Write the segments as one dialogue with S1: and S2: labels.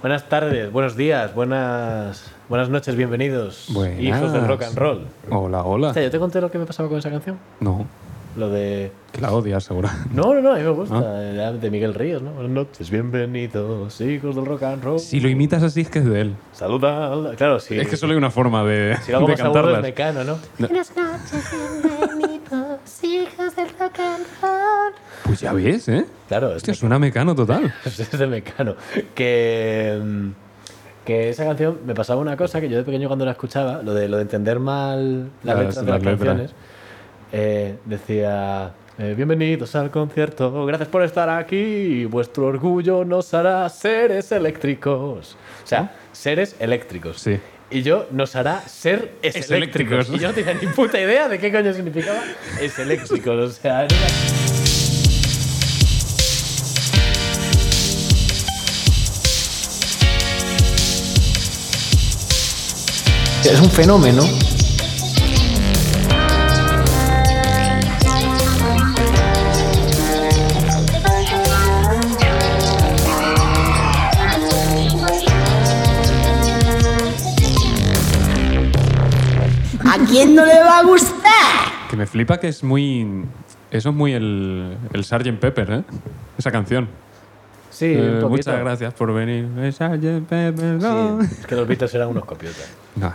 S1: Buenas tardes, buenos días, buenas, buenas noches, bienvenidos,
S2: Buenas.
S1: hijos del rock and roll.
S2: Hola, hola.
S1: Hostia, yo te conté lo que me pasaba con esa canción.
S2: No,
S1: Lo de.
S2: que la odias, seguro.
S1: No, no, no, a mí me gusta.
S2: Ah.
S1: era De Miguel Ríos, ¿no? Buenas noches, bienvenidos, hijos del rock and roll.
S2: Si lo imitas así es que es de él.
S1: Saluda. al- Claro, sí.
S2: Es que solo hay una forma de,
S1: Si lo hago
S2: de
S1: más agudo es
S2: cantarlas.
S1: mecano, ¿no?
S3: Buenas noches, bienvenidos, hijos del rock and roll.
S2: Pues ya ves, ¿eh?
S1: Claro, es
S2: Hostia, suena mecano total.
S1: es de Mecano. Que, mm, que esa canción me pasaba una cosa que yo de pequeño cuando la escuchaba, lo de, lo de entender mal las
S2: Las-
S1: letras de las
S2: las letras.
S1: canciones, eh, decía... eh, bienvenidos al concierto, gracias por estar aquí. Vuestro orgullo nos hará seres eléctricos. O sea, seres eléctricos.
S2: Sí.
S1: Y yo nos hará ser es,
S2: Es
S1: eléctricos. Y
S2: eléctricos.
S1: yo no tenía ni puta idea de qué coño significaba es eléctricos. O sea, era- Es un fenómeno.
S4: ¿A quién no le va a gustar?
S2: Que me flipa que es muy... Eso es muy el, el Sgt. Pepper, ¿eh? Esa canción.
S1: Sí,
S2: Eh,
S1: un poquito.
S2: muchas gracias por venir. Eh, Sgt. Pepper, no.
S1: Sí, es que los Beatles eran unos copiotas.
S2: No,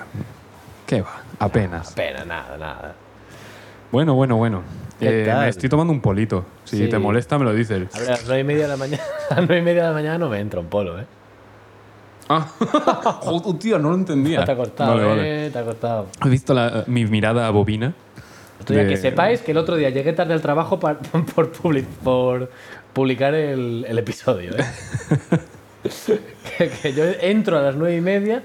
S2: ¿Qué va? Apenas.
S1: Pena, nada, nada.
S2: Bueno, bueno, bueno.
S1: ¿Qué
S2: Eh,
S1: tal?
S2: me estoy tomando un polito. Si
S1: Sí.
S2: te molesta, me lo dices.
S1: A ver, a las nueve y media de la mañana, a las nueve y media de la mañana no me entra un polo, ¿eh?
S2: Ah, joder, tío, no lo entendía.
S1: Te ha cortado,
S2: Vale, vale.
S1: ¿eh? Te ha cortado.
S2: ¿Has visto la- mi mirada bobina?
S1: Otro día
S2: De-
S1: que sepáis que el otro día llegué tarde al trabajo pa- por, publi- por publicar el, el episodio. ¿eh? que, que yo entro a las nueve y media,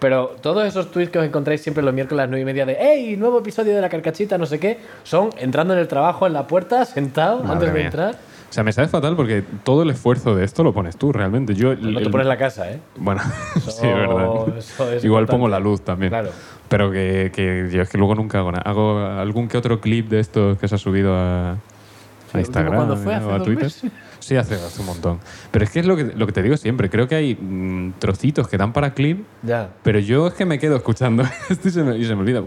S1: pero todos esos tweets que os encontráis siempre los miércoles a las nueve y media de ¡Ey! Nuevo episodio de la carcachita, no sé qué, son entrando en el trabajo, en la puerta, sentado,
S2: Madre
S1: antes de
S2: mía.
S1: entrar.
S2: O sea, me sabe fatal porque todo el esfuerzo de esto lo pones tú, realmente. Yo, el-
S1: No te
S2: el-
S1: pones la casa, ¿eh?
S2: Bueno, sí, es
S1: Eso-
S2: verdad.
S1: eso es
S2: Igual
S1: importante.
S2: pongo la luz también.
S1: Claro.
S2: Pero que, que yo es que luego nunca hago nada. Hago algún que otro clip de estos que se ha subido a, a
S1: el último
S2: Instagram
S1: cuando fue,
S2: eh,
S1: hace
S2: o a
S1: dos
S2: Twitter.
S1: meses.
S2: Sí, hace, hace un montón. Pero es que es lo que, lo que te digo siempre. Creo que hay mm, trocitos que dan para clip
S1: Ya.
S2: Pero yo es que me quedo escuchando esto y se me, y se me olvida.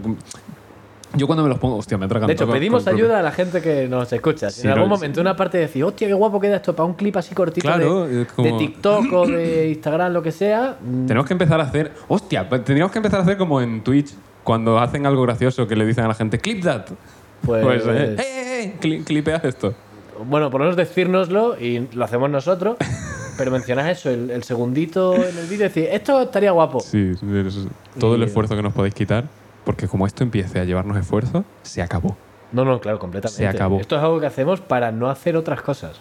S2: Yo cuando me los pongo, hostia, me atracan.
S1: De hecho,
S2: todo con-
S1: pedimos
S2: con- con-
S1: ayuda a la gente que nos escucha. Si
S2: Sí,
S1: en algún
S2: lo-
S1: momento una parte decís, hostia, qué guapo queda esto para un clip así cortito
S2: Claro,
S1: de,
S2: es como-
S1: de TikTok o de Instagram, lo que sea, mm,
S2: Tenemos que empezar a hacer. Hostia, pues tendríamos que empezar a hacer como en Twitch, cuando hacen algo gracioso que le dicen a la gente, clip that.
S1: pues,
S2: Pues, eh, eh, eh, cli- clipead esto.
S1: bueno, por lo menos decírnoslo y lo hacemos nosotros, pero mencionás eso, el, el segundito en el vídeo, y decís, esto estaría guapo.
S2: Sí, es todo el
S1: Y-
S2: esfuerzo que nos podéis quitar, porque como esto empiece a llevarnos esfuerzo, se acabó.
S1: No, no, claro, completamente.
S2: Se acabó.
S1: Esto es algo que hacemos para no hacer otras cosas,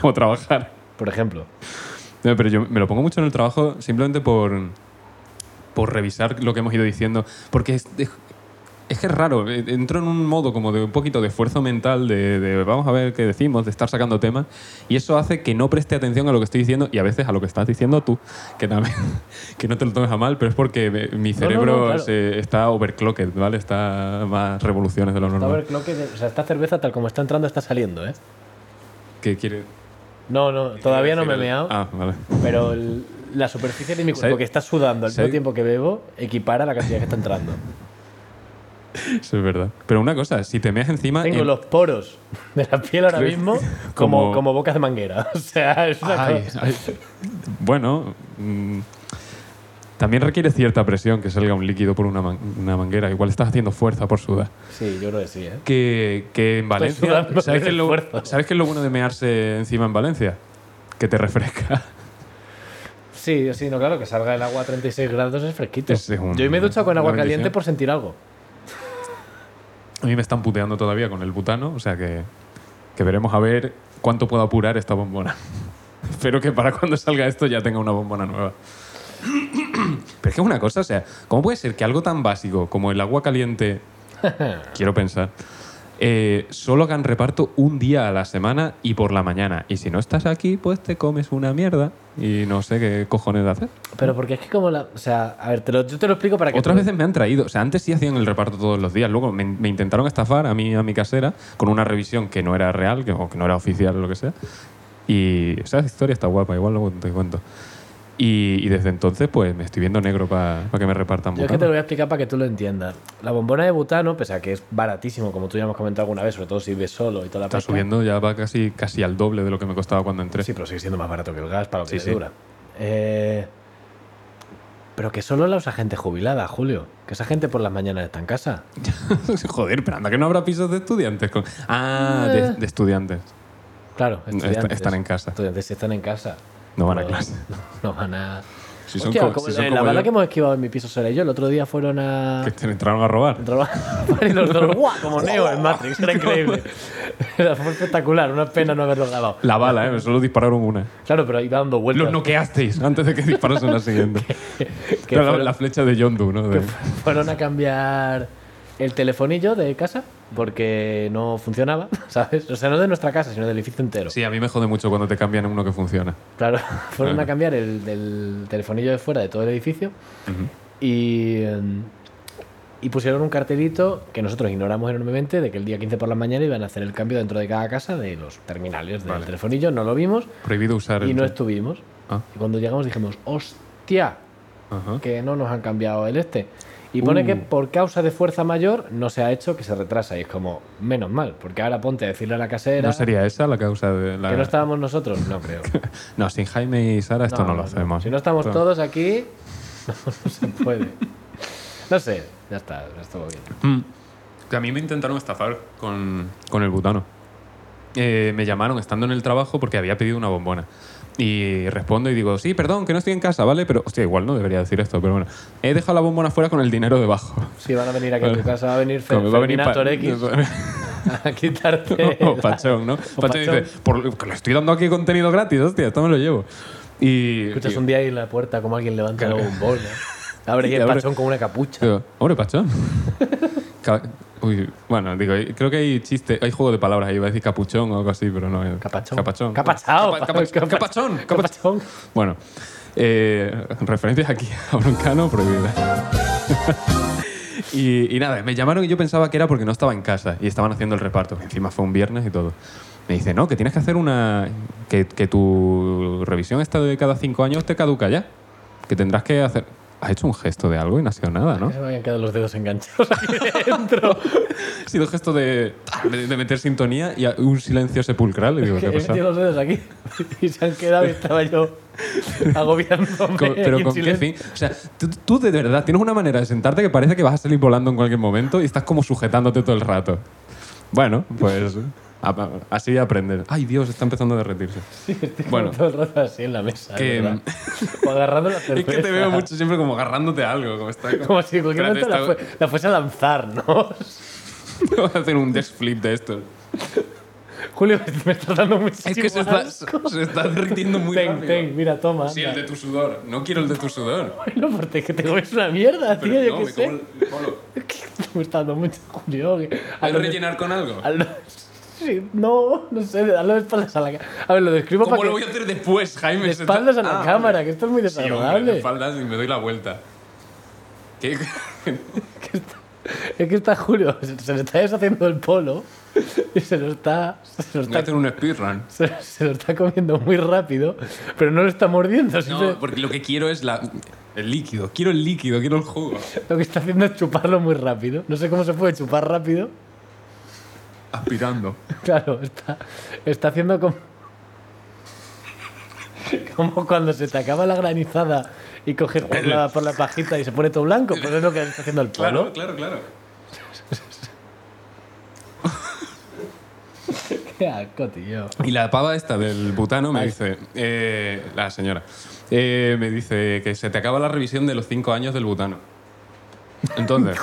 S2: Como trabajar.
S1: por ejemplo.
S2: No, pero yo me lo pongo mucho en el trabajo simplemente por, por revisar lo que hemos ido diciendo. Porque es, es, es que es raro. eh, Entro en un modo como de un poquito de esfuerzo mental, de, de vamos a ver qué decimos, de estar sacando temas. Y eso hace que no preste atención a lo que estoy diciendo y a veces a lo que estás diciendo tú. Que también, que no te lo tomes a mal, pero es porque me- mi
S1: no,
S2: cerebro
S1: no, claro.
S2: se- está overclocked, ¿vale? Está a más revoluciones de lo
S1: A ver,
S2: normal.
S1: creo que, o sea, esta cerveza tal como está entrando está saliendo, ¿eh?
S2: ¿Qué quiere?
S1: No, no, todavía no me he
S2: decir?
S1: meado.
S2: Ah, vale.
S1: Pero el- la superficie de mi cuerpo
S2: ¿Sabes?
S1: que está sudando al mismo
S2: ¿Sabes?
S1: tiempo que bebo equipara la cantidad que está entrando.
S2: Eso es verdad. Pero una cosa, si te meas encima...
S1: Tengo
S2: en-
S1: los poros de la piel ahora
S2: Sí.
S1: mismo como,
S2: Como-
S1: como bocas de manguera. O sea, es una
S2: Ay,
S1: cosa-
S2: ay. Bueno, mm, también requiere cierta presión que salga un líquido por una, man- una manguera. Igual estás haciendo fuerza por sudar.
S1: Sí, yo creo que sí, ¿eh?
S2: Que, que en Valencia.
S1: sudando
S2: ¿sabes
S1: de
S2: qué, es lo,
S1: esfuerzo.
S2: sabes qué es lo bueno de mearse encima en Valencia? Que te refresca.
S1: Sí, sí, no, claro, que salga el agua a 36 grados es fresquito.
S2: Es un-
S1: yo hoy me he duchado con agua
S2: una bendición.
S1: caliente por sentir algo.
S2: A mí me están puteando todavía con el butano, o sea que, que veremos a ver cuánto puedo apurar esta bombona. Espero que para cuando salga esto ya tenga una bombona nueva. Pero es que es una cosa, o sea, ¿cómo puede ser que algo tan básico como el agua caliente, quiero pensar, eh, solo hagan reparto un día a la semana y por la mañana? Y si no estás aquí, pues te comes una mierda y no sé qué cojones de hacer.
S1: Pero porque es que como la... O sea, a ver, te lo- yo te lo explico para que...
S2: Otras
S1: tú-
S2: veces me han traído, o sea, antes sí hacían el reparto todos los días, luego me, me intentaron estafar a mí, a mi casera, con una revisión que no era real que- o que no era oficial o lo que sea. Y esa historia está guapa, igual luego te cuento. Y, y desde entonces, pues me estoy viendo negro para que me repartan
S1: Yo es que te lo
S2: butano.
S1: voy a explicar para que tú lo entiendas. La bombona de butano, pese a que es baratísimo, como tú ya hemos comentado alguna vez, sobre todo si vives solo y toda la
S2: Está
S1: pesca.
S2: subiendo, ya va casi, casi al doble de lo que me costaba cuando entré.
S1: Sí, pero sigue siendo más barato que el gas para lo que
S2: Sí,
S1: le
S2: sí.
S1: dura. Eh, pero que solo la usa gente jubilada, Julio. Que esa gente por las mañanas está en casa.
S2: Joder, pero anda que no habrá pisos de estudiantes. con- Ah, de, de estudiantes.
S1: Claro,
S2: Est-
S1: estudiantes.
S2: están en casa.
S1: Estudiantes sí están en casa.
S2: No van a
S1: Pero
S2: clase.
S1: No, no van a.
S2: Si son
S1: Hostia,
S2: co-
S1: como-
S2: si son
S1: eh,
S2: como
S1: la
S2: yo.
S1: bala que hemos esquivado en mi piso seré yo. El otro día fueron a.
S2: Que te entraron a robar.
S1: Trabajar y los dos, ¡guau! Como Neo en Matrix, era increíble. Era- Fue espectacular, una pena no haberlo grabado.
S2: La bala, ¿eh? solo dispararon una.
S1: Claro, pero iba dando vueltas.
S2: Los noqueasteis antes de que disparasen la siguiente.
S1: que
S2: Era la,
S1: fueron-
S2: la flecha de John Doe, ¿no? De-
S1: Fueron a cambiar el telefonillo de casa porque no funcionaba, ¿sabes? O sea, no de nuestra casa, sino del edificio entero.
S2: Sí, a mí me jode mucho cuando te cambian uno que funciona.
S1: Claro, fueron a
S2: Ajá.
S1: cambiar el, del telefonillo de fuera de todo el edificio y, em, y pusieron un cartelito que nosotros ignoramos enormemente de que el día 15 por la mañana iban a hacer el cambio dentro de cada casa de los terminales del
S2: Vale.
S1: telefonillo. No lo vimos
S2: Prohibido usar
S1: y
S2: el.
S1: no estuvimos.
S2: Ah,
S1: Y cuando llegamos dijimos, hostia,
S2: ajá.
S1: que no nos han cambiado el este. Y pone
S2: Uh.
S1: que por causa de fuerza mayor no se ha hecho que se retrasa. Y es como, menos mal, porque ahora ponte a decirle a la casera
S2: ¿No sería esa la causa de la.?
S1: que no estábamos nosotros. No creo.
S2: No, sin Jaime y Sara esto no, lo hacemos.
S1: Si no estamos
S2: Esto-
S1: todos aquí, no se puede. No sé, ya está, ya estuvo bien.
S2: Mm. Que a mí me intentaron estafar con, con el butano. Eh, me llamaron estando en el trabajo porque había pedido una bombona. Y respondo y digo, sí, perdón, que no estoy en casa, ¿vale? Pero, hostia, igual no debería decir esto, pero bueno. He dejado la bombona fuera con el dinero debajo.
S1: Si van a venir aquí a tu
S2: Vale.
S1: casa, va a venir
S2: Como
S1: Fer,
S2: me va a venir
S1: Ferminator
S2: pa-
S1: X a quitarte.
S2: o
S1: la-
S2: Pachón, ¿no? Pachón
S1: Pachón.
S2: dice, por, lo que le estoy dando aquí contenido gratis, hostia, esto me lo llevo. Y...
S1: Escuchas
S2: digo,
S1: un día ahí en la puerta como alguien levanta la bombona. Abre y
S2: Y
S1: el
S2: abre-
S1: pachón con una capucha.
S2: Digo, hombre, Pachón. Ca- Uy, bueno, digo, creo que hay chiste, hay juego de palabras, iba a decir capuchón o algo así, pero no. eh,
S1: Capachón.
S2: Capachón.
S1: Capachao.
S2: Capa- capa-
S1: Capa-
S2: capachón. capachón.
S1: Capachón.
S2: Bueno, eh, referencias aquí a Broncano prohibidas. y, y nada, me llamaron y yo pensaba que era porque no estaba en casa y estaban haciendo el reparto. Encima fue un viernes y todo. Me dice, no, que tienes que hacer una... Que, que tu revisión esta de cada cinco años te caduca ya. Que tendrás que hacer... Has hecho un gesto de algo y no ha sido nada, ¿no?
S1: Se me habían quedado los dedos enganchados aquí dentro.
S2: Ha sido gesto de, de, de meter sintonía y a- un silencio sepulcral. Y digo,
S1: Que
S2: ¿qué
S1: he
S2: pasa?
S1: metido los dedos aquí y se han quedado y estaba yo agobiándome.
S2: Con- pero
S1: en
S2: con qué
S1: silencio.
S2: fin. O sea, tú, tú de verdad tienes una manera de sentarte que parece que vas a salir volando en cualquier momento y estás como sujetándote todo el rato. Bueno, pues a- a- así aprendes. Ay, Dios, está empezando a derretirse. bueno,
S1: Todo el rato así en la mesa.
S2: Que- mm,
S1: de verdad. o agarrando la
S2: es
S1: cerveza.
S2: que te veo mucho siempre como agarrándote a algo. Como, está,
S1: Como si en cualquier
S2: Espérate,
S1: momento la,
S2: está-
S1: fue- la fuese a lanzar, ¿no?
S2: Voy a hacer un desflip de esto.
S1: Julio, me está dando muchísimo
S2: Es que se está, se está derritiendo muy
S1: ten,
S2: rápido.
S1: ten, mira, toma.
S2: Sí, el
S1: anda.
S2: de tu sudor. No quiero el de tu sudor.
S1: Bueno, porque que te comes una mierda, tío,
S2: Pero
S1: yo
S2: no,
S1: qué
S2: me
S1: sé.
S2: como el polo.
S1: Me está dando mucho, Julio. que- a
S2: ¿Al
S1: lo de-
S2: rellenar con algo?
S1: a lo- Sí, no, no sé, de darle de espaldas a la cámara. A ver, lo describo
S2: ¿Cómo
S1: para
S2: lo
S1: que...
S2: voy a hacer después, Jaime?
S1: de
S2: Se está-
S1: espaldas a la
S2: Ah,
S1: cámara, que esto es muy
S2: Sí, hombre, de
S1: desagradable.
S2: espaldas y me doy la vuelta. ¿Qué?
S1: es que está Julio, se, se le está deshaciendo el polo y se lo está... Se lo
S2: Voy
S1: está,
S2: a hacer un speedrun.
S1: se- se lo está comiendo muy rápido, pero no lo está mordiendo. simple-
S2: No, porque lo que quiero es la, el líquido. Quiero el líquido, quiero el jugo.
S1: Lo que está haciendo es chuparlo muy rápido. No sé cómo se puede chupar rápido.
S2: Aspirando.
S1: Claro, está, está haciendo como. Como cuando se te acaba la granizada y coges por la, por la pajita y se pone todo blanco. Pues es lo que está haciendo el polo.
S2: Claro, claro, claro.
S1: Qué asco, tío.
S2: Y la pava esta del butano me
S1: Ay.
S2: dice, eh, la señora, eh, me dice que se te acaba la revisión de los cinco años del butano. Entonces...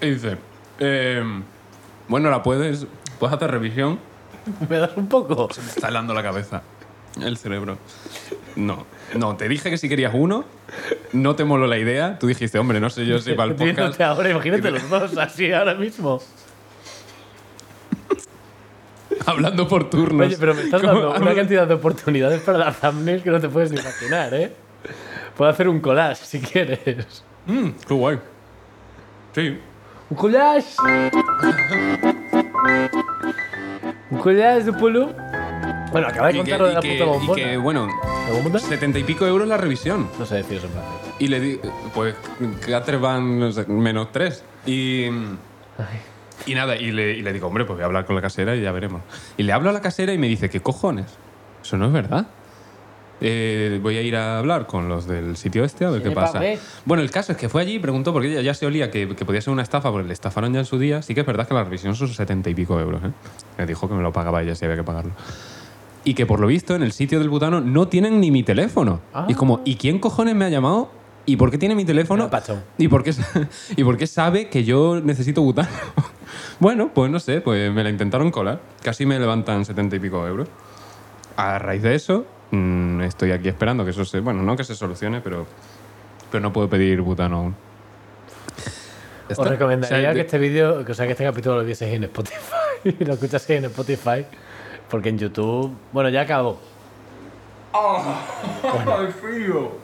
S2: Y dice, eh, bueno, la puedes, puedes hacer revisión.
S1: ¿Me das un poco?
S2: Me está helando la cabeza, el cerebro. No, no, te dije que si querías uno, no te moló la idea. Tú dijiste, hombre, no sé yo si para el podcast.
S1: Viéndote ahora, imagínate los dos así ahora mismo.
S2: Hablando por turnos.
S1: Oye, pero me estás
S2: ¿Cómo
S1: dando una
S2: hablas?
S1: cantidad de oportunidades para la thumbnail que no te puedes ni imaginar, ¿eh? Puedo hacer un collage si quieres.
S2: Mm, qué guay. Sí.
S1: Un collage. Un collage de polo. Bueno, acabáis de
S2: Y que,
S1: contar lo de la
S2: y que-
S1: puta
S2: y
S1: bombona.
S2: que, bueno,
S1: ¿La bombona?
S2: setenta y pico euros la revisión.
S1: No sé decir eso en francés.
S2: Y le di, pues, Cater van no sé, menos tres. Y, y nada, y le, y le digo, hombre, pues voy a hablar con la casera y ya veremos. Y le hablo a la casera y me dice, ¿qué cojones? Eso no es verdad. Eh, voy a ir a hablar con los del sitio este a ver
S1: Sí,
S2: qué pasa.
S1: papi.
S2: Bueno, el caso es que fue allí y preguntó porque ella ya se olía que, que podía ser una estafa, porque le estafaron ya en su día. Sí que es verdad que la revisión son setenta y pico euros. ¿eh? Me dijo que me lo pagaba ella si había que pagarlo. Y que por lo visto en el sitio del butano no tienen ni mi teléfono.
S1: Ah.
S2: Y es como, ¿y quién cojones me ha llamado? ¿Y por qué tiene mi teléfono?
S1: Ah, pachón.
S2: ¿Y por qué, sa- ¿Y por qué sabe que yo necesito butano? bueno, pues no sé, pues me la intentaron colar. Casi me levantan setenta y pico euros. A raíz de eso, mm, estoy aquí esperando que eso se... Bueno, no que se solucione, pero, pero no puedo pedir butano aún. Ya está.
S1: Os recomendaría
S2: O sea,
S1: que
S2: de-
S1: este vídeo, que- o sea, que este capítulo lo vieseis en Spotify y lo escuchaseis en Spotify, porque en YouTube, bueno, ya acabó.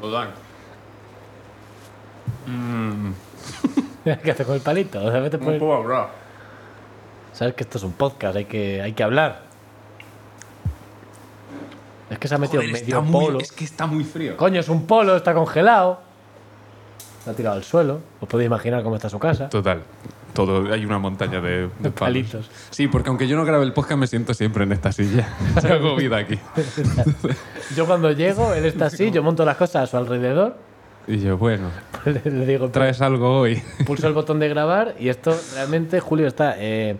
S2: Lo dan.
S1: ¿Qué haces con el palito? O sea, vete por el- Sabes que esto es un podcast, hay que, hay que hablar. Es que se ha metido
S2: Joder, está
S1: medio
S2: muy-
S1: polo.
S2: es que está muy frío.
S1: Coño, es un polo, está congelado. Lo ha tirado al suelo. Os podéis imaginar cómo está su casa.
S2: Total. Todo, hay una montaña de, de palos.
S1: palitos.
S2: Sí, porque aunque yo no grabe el podcast, me siento siempre en esta silla. Yo hago vida aquí. Pues-
S1: Yo cuando llego, él está así, yo monto las cosas a su alrededor.
S2: Y yo, bueno,
S1: Le, le digo,
S2: traes algo hoy.
S1: pulso el botón de grabar y esto realmente, Julio, está, eh,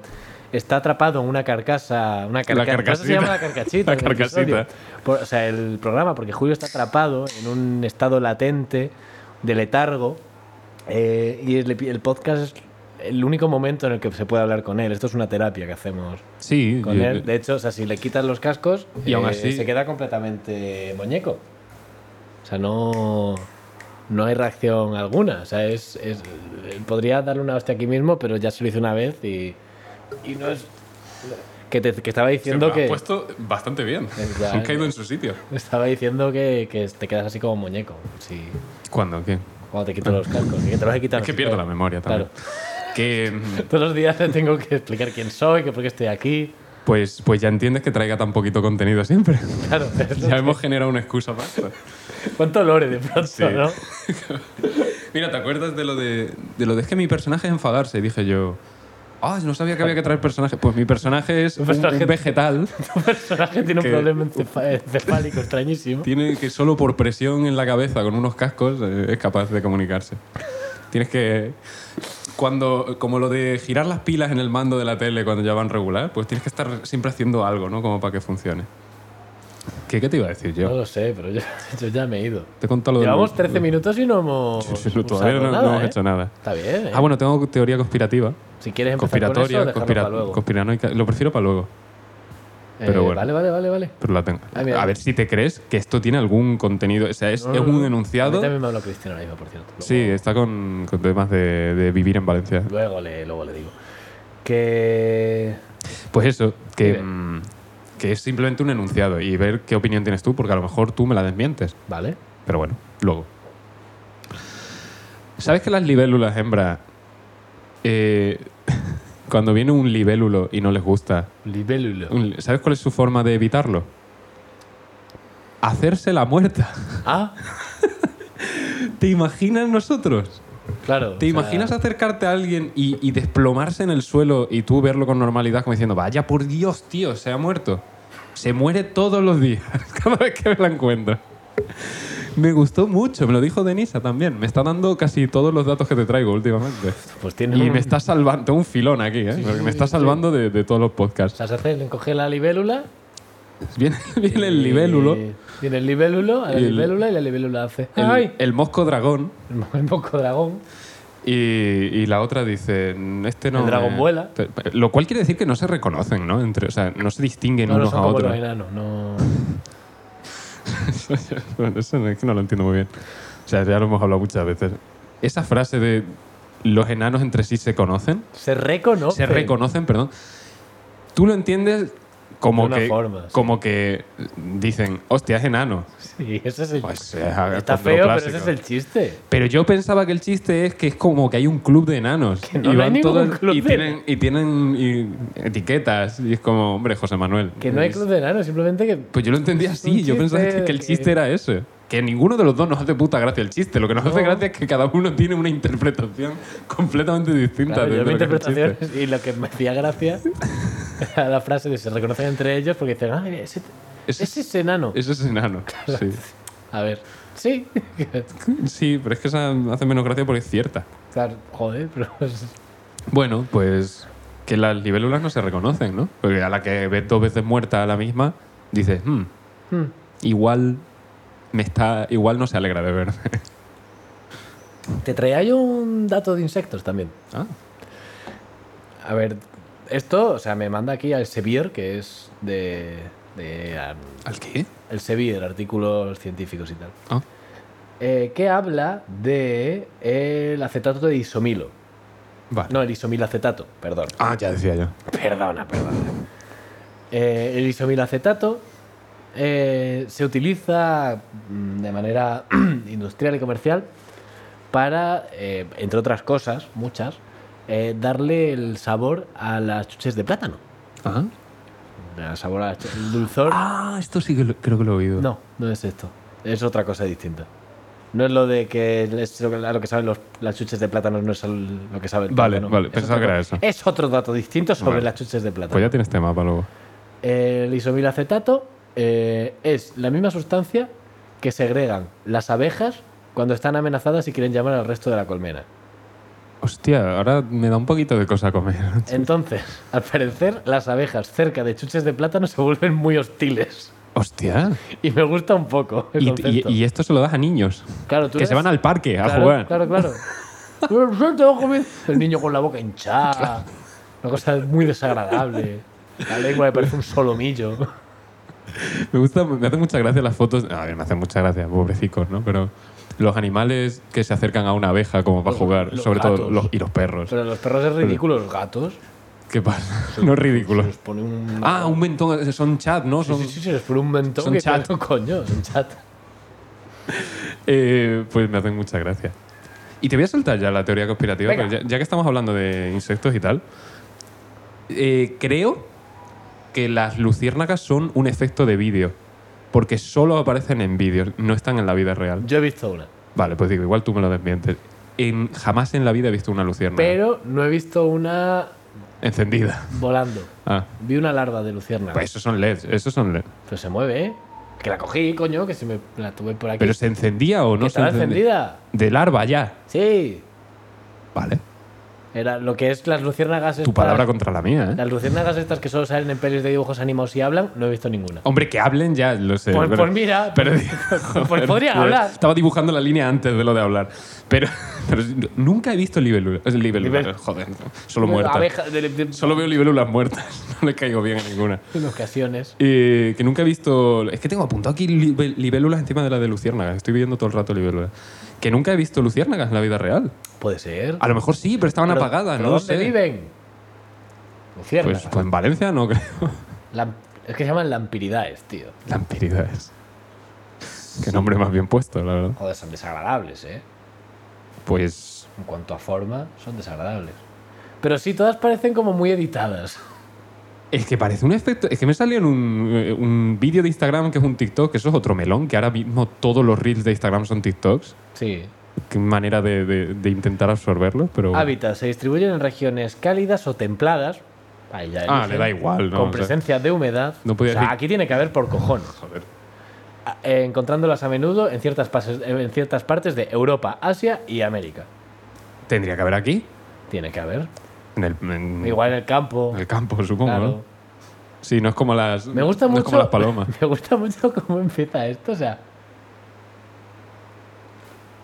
S1: está atrapado en una carcasa. Una carca-
S2: La
S1: por eso se llama la
S2: carcasita.
S1: carcachita. en
S2: La
S1: el
S2: carcasita.
S1: episodio. Por- o sea, el programa, porque Julio está atrapado en un estado latente de letargo eh, y el, epi- el podcast es el único momento en el que se puede hablar con él. Esto es una terapia que hacemos
S2: Sí.
S1: con
S2: yo-
S1: él. De hecho, o sea, si le quitas los cascos,
S2: Y aún
S1: eh,
S2: así-
S1: se queda completamente muñeco. O sea, no, no hay reacción alguna. O sea, es, es- él podría darle una hostia aquí mismo, pero ya se lo hizo una vez y, y no es... Que, te, que estaba
S2: se me
S1: diciendo
S2: ha
S1: que... eh.
S2: puesto bastante bien.
S1: Es verdad,
S2: Han
S1: es
S2: caído
S1: verdad.
S2: en su sitio.
S1: Estaba diciendo que, que te quedas así como muñeco. Sí.
S2: ¿Cuándo? ¿Qué?
S1: Cuando te quito los cascos. Que te los he quitado.
S2: Es que
S1: así
S2: pierdo
S1: todo.
S2: la memoria también. Que, mm,
S1: Todos los días le tengo que explicar quién soy, que por qué estoy aquí.
S2: pues, pues ya entiendes que traiga tan poquito contenido siempre.
S1: Claro, pero-
S2: Ya hemos generado una excusa pues. para esto.
S1: cuánto lore de pronto,
S2: Sí.
S1: ¿no?
S2: Mira, ¿te acuerdas de lo de, de lo de "Es que mi personaje es enfadarse? Y dije yo, ah, yo no sabía que había que traer personajes. Pues mi personaje es un,
S1: personaje-
S2: un vegetal,
S1: Tu personaje tiene un
S2: Que-
S1: problema encefa- encefálico extrañísimo.
S2: tiene que solo por presión en la cabeza con unos cascos eh, es capaz de comunicarse. Tienes que cuando como lo de girar las pilas en el mando de la tele cuando ya van regular, pues tienes que estar siempre haciendo algo, ¿no? Como para que funcione. ¿Qué, qué te iba a decir
S1: No
S2: yo?
S1: lo sé, pero yo, yo ya me he ido.
S2: Te he contado lo de
S1: Llevamos
S2: lo-
S1: 13 minutos y no hemos.
S2: lo-
S1: usado
S2: Todavía no, no
S1: nada,
S2: hemos
S1: ¿eh?
S2: hecho nada.
S1: Está bien. ¿eh?
S2: Ah, bueno, tengo teoría conspirativa.
S1: si quieres empezar con eso,
S2: conspiratoria,
S1: dejarlo
S2: conspira-
S1: para luego.
S2: conspiranoica. Lo prefiero para luego, pero
S1: Eh,
S2: bueno.
S1: Vale, vale, vale. vale.
S2: pero la tengo.
S1: Ah, mira.
S2: a ver si te crees que esto tiene algún contenido. O sea, es,
S1: No,
S2: es
S1: no,
S2: un
S1: no. A mí
S2: enunciado.
S1: también me habló Cristiano ahora mismo, por cierto. Luego,
S2: Sí, eh. está con, con temas de, de vivir en Valencia.
S1: Luego le, luego le digo. Que.
S2: Pues eso, que,
S1: Dime.
S2: mm, que es simplemente un enunciado y ver qué opinión tienes tú, porque a lo mejor tú me la desmientes.
S1: Vale.
S2: Pero bueno, luego. ¿Sabes que las libélulas hembras, eh, cuando viene un libélulo y no les gusta,
S1: Libélulo.
S2: Un- ¿Sabes cuál es su forma de evitarlo? Hacerse la muerta.
S1: Ah,
S2: ¿Te imaginas nosotros?
S1: claro. o
S2: ¿Te
S1: sea,
S2: imaginas acercarte a alguien y, y desplomarse en el suelo y tú verlo con normalidad como diciendo, vaya por Dios, tío, se ha muerto? Se muere todos los días, cada vez que me la encuentro. Me gustó mucho, me lo dijo Denisa también. Me está dando casi todos los datos que te traigo últimamente.
S1: Pues tiene.
S2: Y
S1: un-
S2: me está salvando, tengo un filón aquí, ¿eh? Porque me está salvando de, de todos los
S1: O
S2: podcasts.
S1: sea, se hace, le encoge la libélula.
S2: Viene, viene
S1: y-
S2: el libélulo.
S1: Viene el libélulo, a la
S2: Y el-
S1: libélula y la libélula hace.
S2: El,
S1: ¡Ay!
S2: el mosco dragón.
S1: El, poco dragón.
S2: Y, y la otra dice, "Mm, este no...
S1: El dragón
S2: me-".
S1: vuela.
S2: Pe- pe- Lo cual quiere decir que no se reconocen, ¿no? Entre, o sea, no se distinguen
S1: No, no
S2: unos
S1: son
S2: a
S1: como los
S2: otros.
S1: enanos, no.
S2: Bueno, Eso no- es que no lo entiendo muy bien. O sea, ya lo hemos hablado muchas veces. Esa frase de los enanos entre sí se conocen,
S1: Se reconoce.
S2: se reconocen, perdón. Tú lo entiendes como
S1: De una
S2: que,
S1: forma, sí.
S2: como que dicen, hostia, es enano.
S1: Sí, ese es el
S2: Pues, eh, a ver,
S1: Está
S2: ponte lo
S1: feo, pero
S2: clásico.
S1: ese es el chiste.
S2: Pero yo pensaba que el chiste es que es como que hay un club de enanos.
S1: Que no hay ningún club
S2: y,
S1: de
S2: tienen, y tienen y etiquetas. Y es como, hombre, José Manuel.
S1: Que no hay
S2: es-
S1: club de enanos, simplemente que.
S2: Pues yo lo entendía
S1: Es un
S2: así. Yo pensaba
S1: chiste
S2: que el
S1: que-
S2: chiste era ese. Que ninguno de los dos nos hace puta gracia el chiste. Lo que nos hace
S1: No.
S2: gracia es que cada uno tiene una interpretación completamente distinta.
S1: Claro,
S2: de-
S1: yo
S2: de
S1: mi
S2: lo que es el
S1: interpretación
S2: chiste.
S1: y lo que me hacía gracia a la frase que se reconocen entre ellos porque dicen, ah, ese,
S2: Ese-
S1: ese es enano.
S2: Eso es enano. Sí.
S1: A ver, sí.
S2: sí, pero es que esa hace menos gracia porque es cierta.
S1: claro, joder, pero. es-
S2: Bueno, pues que las libélulas no se reconocen, ¿no? Porque a la que ves dos veces muerta a la misma, dices, "Hmm,
S1: Hmm.
S2: igual me está, igual no se alegra de verme.
S1: Te traía yo un dato de insectos también.
S2: ah,
S1: A ver, esto, o sea, me manda aquí al Sevier, que es de. de ah,
S2: ¿al qué?
S1: el Sevier, artículos científicos y tal.
S2: Ah,
S1: eh, que habla de eh, el acetato de isomilo.
S2: vale.
S1: No, el isomilacetato, perdón.
S2: Ah, ya decía yo.
S1: Perdona, perdona. Eh, el isomilacetato eh, se utiliza mm, de manera industrial y comercial para, eh, entre otras cosas, muchas, eh, darle el sabor a las chuches de plátano.
S2: Ah,
S1: El sabor a la chu- el dulzor.
S2: Ah, esto sí que lo- creo que lo he oído.
S1: No, no es esto. Es otra cosa distinta. No es lo de que es lo que- a lo que saben los, las chuches de plátanos no es el- lo que saben.
S2: Vale, vale, pensaba que era eso.
S1: Es otro dato distinto sobre
S2: Vale.
S1: las chuches de plátano.
S2: Pues ya tienes tema para luego.
S1: El isomilacetato eh, es la misma sustancia que segregan las abejas cuando están amenazadas y quieren llamar al resto de la colmena.
S2: Hostia, ahora me da un poquito de cosa comer.
S1: Entonces, al parecer, las abejas cerca de chuches de plátano se vuelven muy hostiles.
S2: Hostia.
S1: Y me gusta un poco. El
S2: Y,
S1: concepto.
S2: y- y esto se lo das a niños.
S1: Claro, tú
S2: Que se
S1: eres-
S2: van al parque a
S1: claro,
S2: jugar.
S1: Claro, claro. Pero yo te voy a comer. El niño con la boca hinchada. Una cosa muy desagradable. La lengua le parece un solomillo.
S2: Me gusta, me hace mucha gracia las fotos. A ver, me hacen mucha gracia, pobrecicos, ¿no? Pero los animales que se acercan a una abeja como para
S1: Los-
S2: jugar,
S1: los
S2: sobre todo
S1: gatos.
S2: los y los perros.
S1: Pero los perros es ridículo, los gatos.
S2: ¿Qué pasa? No es ridículo.
S1: Se les pone un.
S2: Ah, un mentón, son chat, ¿no?
S1: Sí,
S2: Son,
S1: sí, sí, se les pone un mentón.
S2: son
S1: que
S2: chat.
S1: tanto coño, son chat.
S2: Eh, pues me hacen mucha gracia. Y te voy a soltar ya la teoría conspirativa,
S1: Venga.
S2: pero ya, ya que estamos hablando de insectos y tal, eh, creo que las luciérnagas son un efecto de vídeo, porque solo aparecen en vídeos, no están en la vida real.
S1: Yo he visto una.
S2: Vale, pues digo, igual tú me lo desmientes. En- jamás en la vida he visto una luciérnaga
S1: Pero no he visto una
S2: encendida.
S1: volando.
S2: Ah,
S1: Vi una larva de lucierna.
S2: pues esos son LEDs, esos son E LEDs.
S1: Pero se mueve, ¿eh? Que la cogí, coño, que si me la tuve por aquí.
S2: Pero se encendía o
S1: ¿Que
S2: no se
S1: estaba
S2: encendía.
S1: encendida?
S2: De larva ya.
S1: Sí.
S2: Vale.
S1: Era lo que es las luciérnagas.
S2: Tu
S1: estas-
S2: palabra contra la mía, ¿eh?
S1: Las luciérnagas estas que solo salen en pelis de dibujos animados y hablan, no he visto ninguna.
S2: Hombre, que hablen ya, lo sé.
S1: Pues-
S2: pero-
S1: pues mira,
S2: pero-
S1: pues podrían hablar.
S2: Estaba dibujando la línea antes de lo de hablar. Pero, pero nunca he visto libélulas. Es libélula,
S1: Libel-
S2: joder. Solo muertas.
S1: Abeja- de- de-
S2: Solo veo libélulas muertas. No le caigo bien a ninguna.
S1: En ocasiones.
S2: Eh, que nunca he visto. Es que tengo apuntado aquí libe- libélulas encima de la de luciérnagas. Estoy viendo todo el rato libélulas. Que nunca he visto luciérnagas en la vida real.
S1: Puede ser.
S2: A lo mejor sí, pero estaban
S1: Pero-
S2: apagadas,
S1: ¿pero
S2: no lo
S1: ¿Dónde
S2: sé.
S1: viven? Luciérnagas.
S2: Pues, pues en Valencia no creo.
S1: Lam- es que se llaman lampiridaes, tío.
S2: Lampiridaes. Qué nombre más bien puesto, la verdad.
S1: Joder, son desagradables, ¿eh?
S2: Pues
S1: En cuanto a forma, son desagradables. Pero sí, todas parecen como muy editadas.
S2: Es que parece un efecto. Es que me salió en un, eh, un vídeo de Instagram que es un TikTok, que eso es otro melón, que ahora mismo todos los reels de Instagram son TikToks.
S1: Sí.
S2: Qué manera de, de- de intentar absorberlos, pero. bueno.
S1: Hábitats se distribuyen en regiones cálidas o templadas. Ahí ya
S2: Ah,
S1: eligen.
S2: le da igual, ¿no?
S1: Con
S2: O sea,
S1: presencia de humedad.
S2: No
S1: O
S2: podía
S1: sea,
S2: decir-
S1: aquí tiene que haber por cojones.
S2: Joder.
S1: a- eh, encontrándolas a menudo en ciertas, pases- eh, en ciertas partes de Europa, Asia y América.
S2: Tendría que haber aquí.
S1: Tiene que haber.
S2: En el, en-
S1: Igual en el campo.
S2: en Mm. el campo, supongo,
S1: claro.
S2: ¿no? Sí, no es como las.
S1: Me gusta
S2: no
S1: mucho.
S2: Es como las palomas.
S1: Me gusta mucho cómo empieza esto. O sea.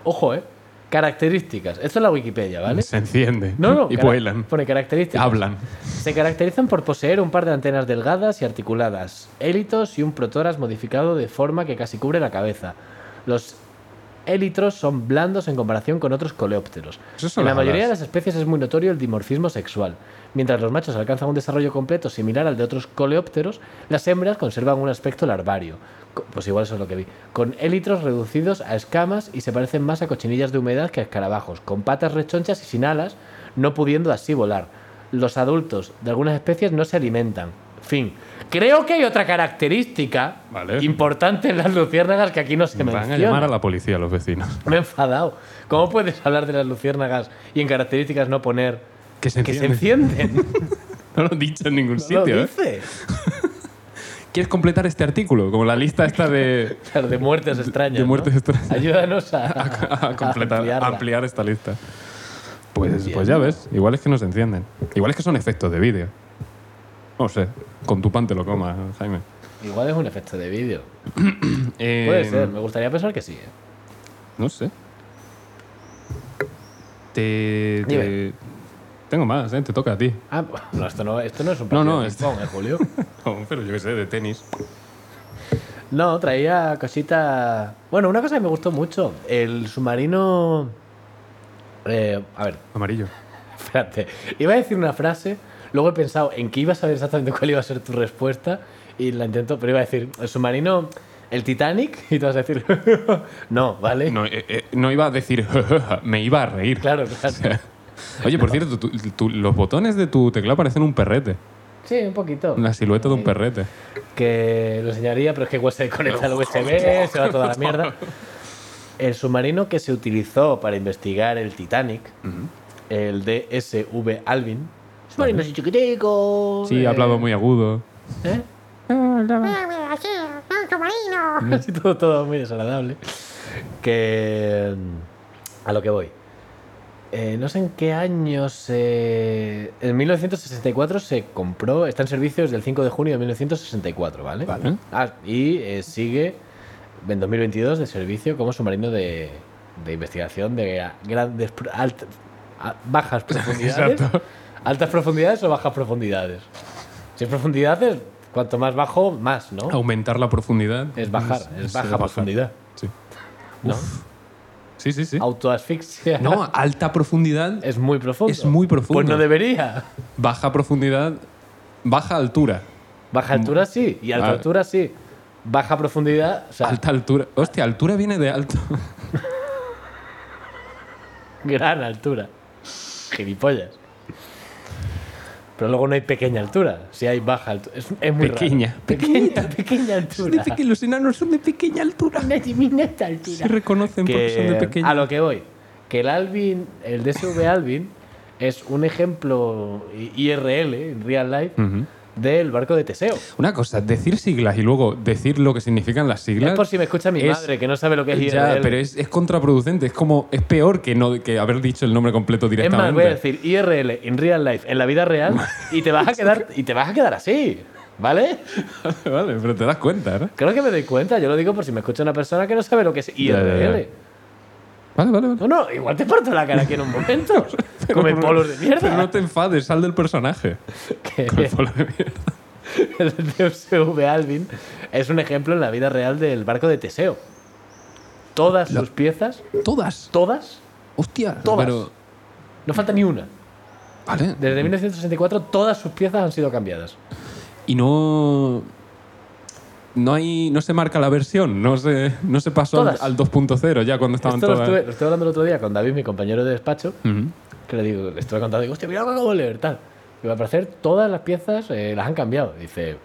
S1: Ojo, eh. Características. Esto es la Wikipedia, ¿vale?
S2: Se enciende.
S1: No, no.
S2: Y
S1: cara-
S2: vuelan. Ah,
S1: Pone características.
S2: Hablan.
S1: Se caracterizan por poseer un par de antenas delgadas y articuladas, élitos y un protoras modificado de forma que casi cubre la cabeza. Los élitros son blandos en comparación con otros coleópteros.
S2: Eso son
S1: En la
S2: las
S1: mayoría de
S2: alas.
S1: las especies es muy notorio el dimorfismo sexual. Mientras los machos alcanzan un desarrollo completo similar al de otros coleópteros, las hembras conservan un aspecto larvario. Co- Pues igual eso es lo que vi. Con élitros reducidos a escamas y se parecen más a cochinillas de humedad que a escarabajos, con patas rechonchas y sin alas, no pudiendo así volar. Los adultos de algunas especies no se alimentan. Fin. Creo que hay otra característica
S2: Vale.
S1: importante en las luciérnagas que aquí no se
S2: Van
S1: menciona.
S2: a llamar a la policía los vecinos.
S1: Me he enfadado. ¿Cómo puedes hablar de las luciérnagas y en características no poner
S2: Que se
S1: que se
S2: encienden.
S1: encienden?
S2: No lo he dicho en ningún
S1: No
S2: sitio.
S1: lo
S2: ¿eh?
S1: dice.
S2: ¿Quieres completar este artículo? Como la lista esta de,
S1: Las de muertes extrañas.
S2: de
S1: ¿no?
S2: muertes extrañas.
S1: Ayúdanos a,
S2: a completar, a
S1: ampliarla.
S2: ampliar esta lista. Pues,
S1: Bien.
S2: pues ya ves, igual es que no se encienden. Igual es que son efectos de vídeo. No sé, con tu pan te lo comas, Jaime.
S1: Igual es un efecto de vídeo.
S2: Eh,
S1: Puede ser. Me gustaría pensar que sí. ¿eh?
S2: No sé. Te, te-
S1: Dime.
S2: Tengo más, ¿eh? te toca a ti.
S1: Ah, no, esto no, esto no es un
S2: No,
S1: partido
S2: no,
S1: de
S2: este-
S1: ping-pong, ¿eh, Julio?
S2: No, Oh, pero yo qué sé, de tenis.
S1: No, traía cosita... Bueno, una cosa que me gustó mucho. El submarino... eh, a ver,
S2: Amarillo.
S1: Espérate, iba a decir una frase, luego he pensado en que iba a saber exactamente cuál iba a ser tu respuesta y la intento, pero iba a decir, el submarino, el Titanic, y tú vas a decir, no, ¿vale?
S2: No, eh, eh, no iba a decir, me iba a reír.
S1: Claro, claro.
S2: Oye, por cierto, tú- tú- los botones de tu teclado parecen un perrete.
S1: Sí, un poquito.
S2: La silueta de un perrete.
S1: Que lo enseñaría, pero es que igual se conecta al USB, se va toda la mierda. El submarino que se utilizó para investigar el Titanic, el DSV Alvin, submarino así chiquitico.
S2: Sí,
S1: eh,
S2: hablaba muy agudo.
S1: ¿eh?
S3: Mira, aquí, un submarino.
S1: Así todo, todo muy desagradable. Que. mm, A lo que voy. Eh, no sé en qué año se. En 1964 se compró. Está en servicio desde el 5 de junio de 1964, ¿vale?
S2: Vale.
S1: Ah, y eh, sigue en 2022 de servicio como submarino de, de investigación de a- grandes. pro- alt- a- bajas profundidades.
S2: Exacto.
S1: ¿Altas profundidades o bajas profundidades? Si es profundidades, cuanto más bajo, más, ¿no?
S2: Aumentar la profundidad.
S1: Es bajar, es, baja
S2: bajar.
S1: profundidad.
S2: Sí.
S1: ¿no?
S2: sí, sí, sí.
S1: Autoasfixia.
S2: No, alta profundidad,
S1: es muy profundo.
S2: Es muy profundo.
S1: Pues no debería.
S2: baja profundidad, baja altura.
S1: Baja altura sí, y alta
S2: Mm. Vale.
S1: altura sí. Baja profundidad, o sea,
S2: Alta altura. Hostia, altura viene de alto.
S1: gran altura. Gilipollas. Pero luego no hay pequeña altura. Si hay baja altura. Es, es muy raro.
S2: Pequeña.
S1: Pequeña, pequeña altura.
S2: Dice que los enanos son de pequeña altura. Se reconocen
S1: Que-
S2: porque son de
S1: a
S2: pequeña.
S1: lo que voy. Que el Alvin, el DSV Alvin, es un ejemplo IRL, eh, en real life,
S2: Ujú.
S1: del barco de Teseo.
S2: Una cosa, decir siglas y luego decir lo que significan las siglas.
S1: Es por si me escucha mi
S2: es-
S1: madre, que no sabe lo que es
S2: Ya,
S1: IRL.
S2: pero es, es contraproducente. Es como es peor que no que haber dicho el nombre completo
S1: Es más,
S2: directamente.
S1: voy a decir IRL in real life, en la vida real, y te vas a quedar, y te vas a quedar así, ¿vale?
S2: vale, pero te das cuenta, ¿no?
S1: Creo que me doy cuenta, yo lo digo por si me escucha una persona que no sabe lo que es IRL.
S2: ya, ya. Vale, vale, vale.
S1: No, no, igual te parto la cara aquí en un momento. Come
S2: no-
S1: polos de mierda.
S2: Pero no te enfades, sal del personaje.
S1: Que
S2: Con el polo de mierda.
S1: el DSV Alvin es un ejemplo en la vida real del barco de Teseo. Todas sus piezas,
S2: Todas.
S1: todas,
S2: Hostia.
S1: Todas.
S2: Pero,
S1: no falta ni una.
S2: vale.
S1: Desde 1964 todas sus piezas han sido cambiadas.
S2: Y no. No hay. No se marca la versión. No se, no se pasó al,
S1: Todas.
S2: al 2.0 ya cuando estaban
S1: Esto lo
S2: todas.
S1: estuve, lo estuve hablando el otro día con David, mi compañero de despacho,
S2: Ujú.
S1: que le digo, le estuve contando, digo, hostia, mira cómo leer tal. Y al parecer todas las piezas eh, las han cambiado. Dice,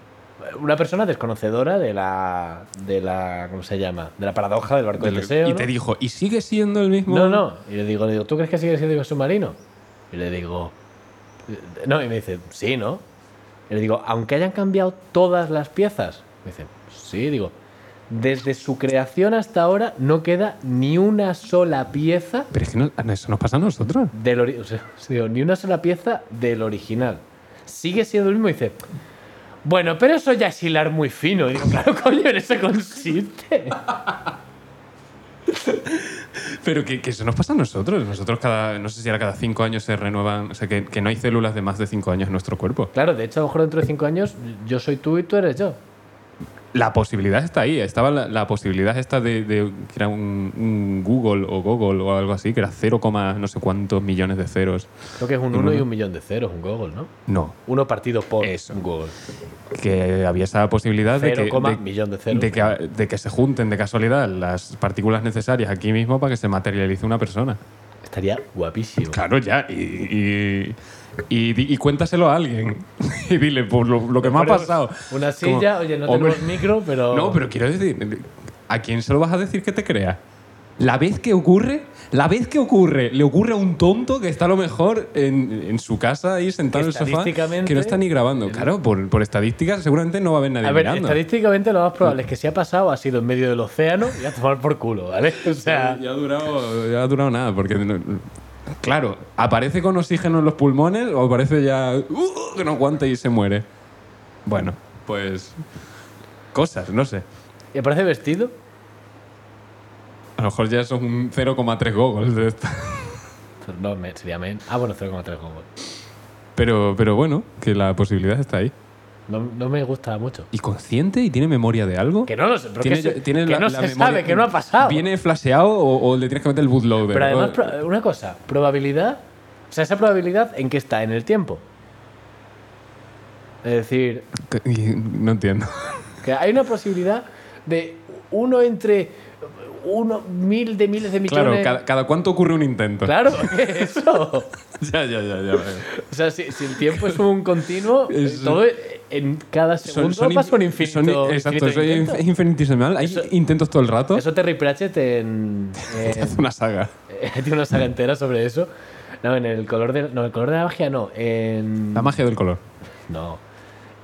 S1: una persona desconocedora de la, de la, ¿cómo se llama? De la paradoja del barco de
S2: Del-
S1: Teseo.
S2: y
S1: ¿no?
S2: te dijo, ¿y sigue siendo el mismo?
S1: No, no. Y le digo, le digo, ¿tú crees que sigue siendo un submarino? Y le digo, no, y me dice, sí, ¿no? Y le digo, aunque hayan cambiado todas las piezas. Me dice, sí, digo, desde su creación hasta ahora no queda ni una sola pieza
S2: Pero es que no- eso nos pasa a nosotros.
S1: del ori- o sea, digo, ni una sola pieza del original. Sigue siendo el mismo. Y dice, bueno, pero eso ya es hilar muy fino. Y digo, claro, coño, en eso consiste.
S2: Pero que, que eso nos pasa a nosotros. Nosotros cada, no sé si era cada cinco años se renuevan, o sea, que, que no hay células de más de cinco años en nuestro cuerpo.
S1: Claro, de hecho, a lo mejor dentro de cinco años yo soy tú y tú eres yo.
S2: la posibilidad está ahí. Estaba la, la posibilidad esta de, de que era un, un Google o Google o algo así, que era 0, no sé cuántos millones de ceros.
S1: Creo que es un 1 y un millón de ceros, un Google, ¿no?
S2: No,
S1: Uno partido por
S2: Eso.
S1: un Google.
S2: que había esa posibilidad de
S1: Cero
S2: que,
S1: coma
S2: de-
S1: millón de ceros.
S2: de que, de que se junten de casualidad las partículas necesarias aquí mismo para que se materialice una persona.
S1: Estaría guapísimo.
S2: Claro, ya. Y, y, y di- y cuéntaselo a alguien. Y dile, por lo, lo que me ha
S1: Ponemos
S2: pasado.
S1: Una
S2: Como,
S1: silla, oye, no
S2: hombre,
S1: tenemos micro, pero.
S2: No, pero quiero decir, ¿a quién se lo vas a decir que te crea? La vez que ocurre, la vez que ocurre, le ocurre a un tonto que está a lo mejor en, en su casa ahí sentado en el sofá,
S1: Estadísticamente-
S2: que no está ni grabando. Claro, por, por estadísticas seguramente no va a haber nadie
S1: A ver,
S2: mirando.
S1: estadísticamente lo más probable es que si ha pasado ha sido en medio del océano y a tomar por culo, ¿vale? O sea,
S2: ya, ha durado, ya ha durado nada, porque... no- claro, ¿aparece con oxígeno en los pulmones o aparece ya uh, que no aguanta y se muere? Bueno, pues... Cosas, no sé.
S1: ¿y aparece vestido?
S2: A lo mejor ya son un 0,3 gogos de esta.
S1: Pues No, me- sería men. Ah, bueno, 0,3 como.
S2: Pero, pero bueno, que la posibilidad está ahí.
S1: No, no me gusta mucho.
S2: ¿Y consciente? ¿Y tiene memoria de algo?
S1: Que no lo sé, pero
S2: ¿Tiene-
S1: que, se-
S2: tiene
S1: que
S2: la-
S1: no
S2: la
S1: se
S2: memoria-
S1: sabe, que no ha pasado.
S2: ¿Viene flasheado o, o le tienes que meter el bootloader?
S1: Pero además,
S2: O-
S1: pro- una cosa, probabilidad. O sea, esa probabilidad en qué está, en el tiempo. Es decir,
S2: que- y- no entiendo.
S1: que hay una posibilidad de uno entre uno, mil de miles de
S2: Claro,
S1: millones.
S2: cada, cada cuánto ocurre un intento.
S1: Claro, eso.
S2: ya, ya, ya. ya.
S1: O sea, si, si el tiempo es un continuo,
S2: Es-
S1: todo en cada segundo
S2: in-
S1: pasa un infinito.
S2: son-
S1: infinito
S2: exacto, soy
S1: intento.
S2: inf- infinitesimal. Hay
S1: Eso-
S2: intentos todo el rato.
S1: Eso Terry Pratchett en, en-
S2: Es una saga.
S1: tiene una saga entera sobre eso. No, en el color de, no, el color de la magia no. En,
S2: La magia del color.
S1: No.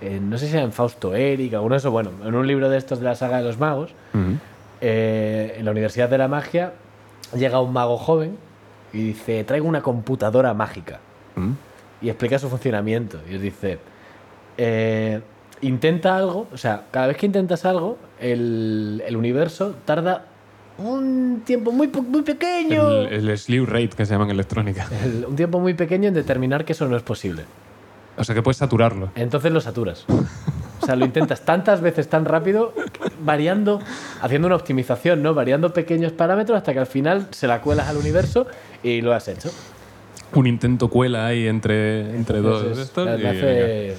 S1: En- no sé si era en Fausto Eric, alguno de esos. Bueno, en un libro de estos de la saga de los magos, eh, en la Universidad de la Magia, llega un mago joven y dice: Traigo una computadora mágica.
S2: ¿Mm?
S1: Y explica su funcionamiento. Y os dice: eh, Intenta algo, o sea, cada vez que intentas algo, el, el universo tarda un tiempo muy, po- muy pequeño.
S2: El, el slew rate que se llama en electrónica.
S1: El- un tiempo muy pequeño en determinar que eso no es posible.
S2: O sea que puedes saturarlo.
S1: Entonces lo saturas. O sea, lo intentas tantas veces tan rápido, variando, haciendo una optimización, ¿no? Variando pequeños parámetros hasta que al final se la cuelas al universo y lo has hecho.
S2: Un intento cuela ahí entre, entre dos.
S1: Entonces,
S2: de estos
S1: me,
S2: y venga.
S1: hace,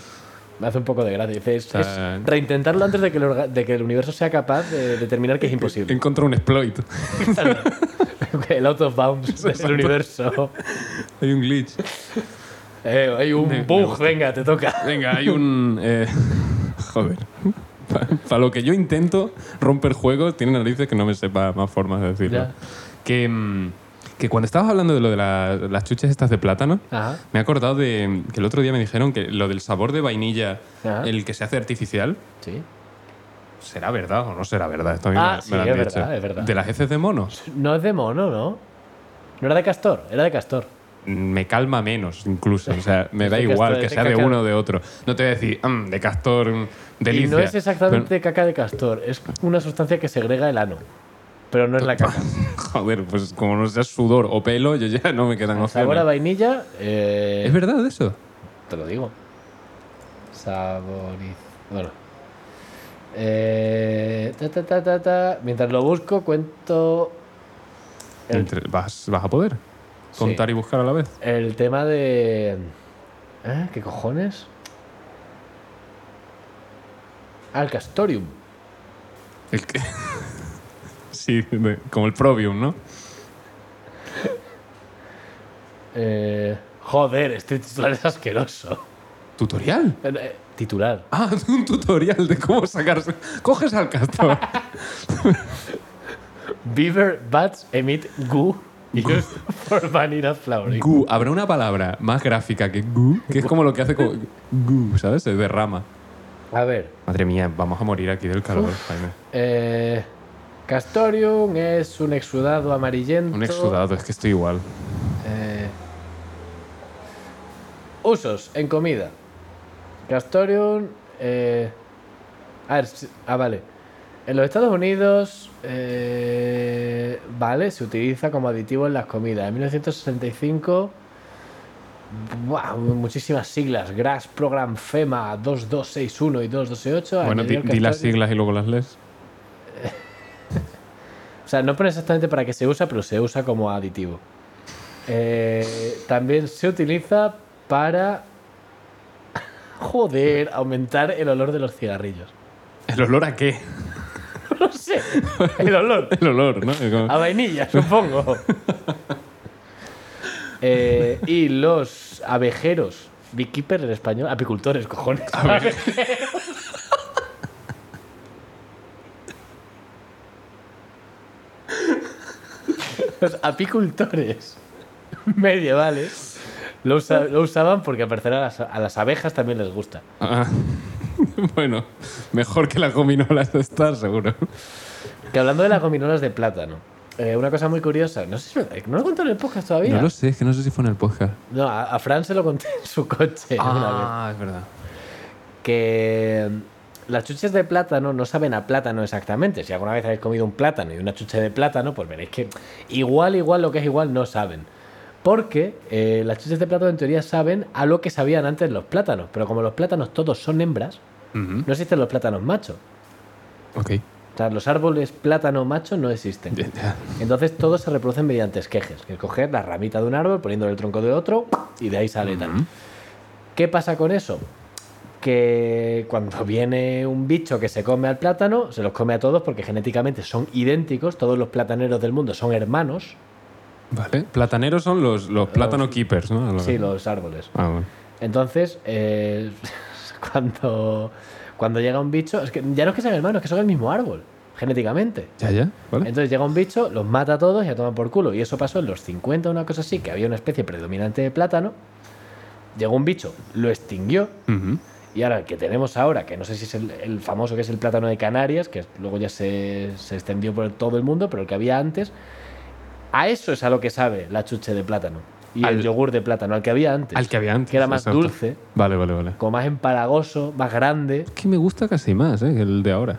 S1: me hace un poco de gracia. Dice, es,
S2: O
S1: es
S2: sea,
S1: reintentarlo antes de que, el orga- de que el universo sea capaz de determinar que es imposible.
S2: Encontró un exploit.
S1: el out of bounds del
S2: Exacto.
S1: universo.
S2: Hay un glitch.
S1: Eh, hay un
S2: Me- me
S1: bug,
S2: gusta.
S1: venga, te toca.
S2: Venga, hay un. eh, joder. Para lo que yo intento romper juegos, tiene narices que no me sepa más formas de decirlo.
S1: Ya.
S2: Que, mm, que cuando estabas hablando de lo de la- las chuches estas de plátano,
S1: Ajá.
S2: me he acordado de que el otro día me dijeron que lo del sabor de vainilla,
S1: Ajá.
S2: el que se hace artificial,
S1: Sí.
S2: ¿será verdad o no será verdad? Esto a mí
S1: Ah,
S2: me- me,
S1: sí,
S2: lo han
S1: es
S2: dicho.
S1: verdad, es verdad.
S2: De las heces de monos,
S1: No es de mono, ¿no? No era de castor, era de castor.
S2: me calma menos incluso. O sea, me da
S1: de
S2: igual
S1: castor,
S2: que
S1: es de
S2: sea de
S1: caca.
S2: uno o de otro. No te voy a decir, "Mm, de castor, mm, delicia.
S1: Y no es exactamente
S2: Pero-
S1: caca de castor, es una sustancia que segrega el ano. Pero no es la caca.
S2: Joder, pues como no sea sudor o pelo, yo ya no me quedan
S1: Sabor a
S2: opciones.
S1: vainilla, eh,
S2: ¿Es verdad eso?
S1: te lo digo. Saboriz. Bueno. Eh, ta, ta, ta, ta, ta. Mientras lo busco, cuento El-
S2: Entre- vas, vas a poder
S1: Sí.
S2: contar y buscar a la vez.
S1: el tema de. ¿Eh? ¿Qué cojones? Al castorium.
S2: El que- sí, de- como el Probium, ¿no?
S1: Eh, joder, este titular es asqueroso.
S2: ¿Tutorial?
S1: Eh, eh, titular.
S2: Ah, un tutorial de cómo sacarse. Coges al castor.
S1: Beaver bats emit goo used for vanilla flowering.
S2: Gu. Habrá una palabra más gráfica que gu, que es como lo que hace como. Gu, ¿sabes? Se derrama.
S1: A ver,
S2: Madre mía, vamos a morir aquí del calor, Jaime.
S1: eh, Castorium es un exudado amarillento.
S2: Un exudado, es que estoy igual.
S1: Eh, usos en comida. Castorium. eh, a ver, si- ah, vale. En los Estados Unidos, eh, vale, se utiliza como aditivo en las comidas. En 1965 buah, muchísimas siglas. GRAS, Program, FEMA, 2261 y 2268.
S2: Bueno, di,
S1: añadir
S2: di las
S1: Castori.
S2: siglas y luego las lees.
S1: O sea, no pone exactamente para qué se usa, pero se usa como aditivo. Eh, también se utiliza para. Joder, aumentar el olor de los cigarrillos.
S2: ¿El olor a qué?
S1: No sé, el olor.
S2: El olor, ¿no? Es como-
S1: A vainilla, supongo. Eh, y los abejeros. Beekeeper en español. Apicultores, cojones. los apicultores medievales lo, usa- lo usaban porque al parecer a las, a las abejas también les gusta.
S2: Ah. bueno, mejor que las gominolas de estar, seguro.
S1: Que hablando de las gominolas de plátano, eh, una cosa muy curiosa. No sé si lo- no lo he contado en el podcast todavía.
S2: No lo sé, es que no sé si fue en el podcast.
S1: No, a, a Fran se lo conté en su coche una vez.
S2: Ah, es verdad.
S1: Que mm, las chuches de plátano no saben a plátano exactamente. Si alguna vez habéis comido un plátano y una chuche de plátano, pues veréis que igual, igual, lo que es igual, no saben. Porque eh, las chuches de plátano en teoría saben a lo que sabían antes los plátanos. Pero como los plátanos todos son hembras,
S2: Ujú.
S1: no existen los plátanos machos.
S2: Ok.
S1: O sea, los árboles plátano macho no existen.
S2: Ya, ya.
S1: Entonces todos se reproducen mediante esquejes, que es coger la ramita de un árbol, poniéndole el tronco de otro y de ahí sale tal. ¿Qué pasa con eso? Que cuando viene un bicho que se come al plátano, se los come a todos porque genéticamente son idénticos, todos los plataneros del mundo son hermanos,
S2: Vale. Plataneros son los, los plátano keepers, ¿no?
S1: sí, los árboles.
S2: Ah, bueno.
S1: Entonces, eh, cuando, cuando llega un bicho, es que ya no es que sean hermanos, es que son el mismo árbol, genéticamente.
S2: Ya, ya. Vale.
S1: Entonces llega un bicho, los mata a todos y a tomar por culo. Y eso pasó en los 50, una cosa así, que había una especie predominante de plátano. Llegó un bicho, lo extinguió.
S2: Ujú.
S1: Y ahora el que tenemos ahora, que no sé si es el, el famoso que es el plátano de Canarias, que luego ya se, se extendió por todo el mundo, pero el que había antes, a eso es a lo que sabe la chuche de plátano. Y
S2: Al-
S1: el yogur de plátano, al que había antes.
S2: Al que había antes.
S1: Que era más
S2: exacto.
S1: dulce,
S2: Vale, vale, vale.
S1: como más empalagoso, más grande.
S2: Es que me gusta casi más, ¿eh? Que el de ahora.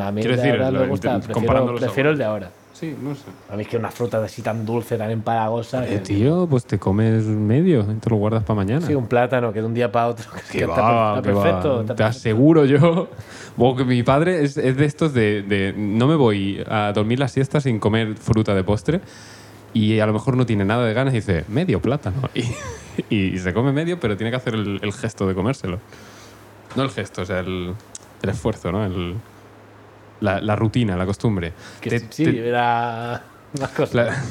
S1: A mí el
S2: Quiero
S1: de
S2: decir,
S1: ahora
S2: lo-
S1: me gusta,
S2: intent- comparando
S1: prefiero,
S2: los
S1: prefiero el
S2: sabores.
S1: de ahora.
S2: Sí, no sé.
S1: A mí es que una fruta así tan dulce, tan empalagosa.
S2: Eh,
S1: que-
S2: tío, pues te comes medio y te lo guardas para mañana.
S1: Sí, un plátano que de un día para otro.
S2: Que
S1: que
S2: va,
S1: está,
S2: que
S1: per- está
S2: va.
S1: perfecto. está
S2: Te
S1: perfecto.
S2: aseguro yo. Vos, que mi padre es, es de estos de, de no me voy a dormir la siesta sin comer fruta de postre y a lo mejor no tiene nada de ganas y dice medio plátano y, y se come medio pero tiene que hacer el, el gesto de comérselo. No el gesto, o sea, el, el esfuerzo, ¿no? El- la, la rutina, la costumbre.
S1: Que
S2: Te-
S1: sí,
S2: te-
S1: era una cosa.
S2: la-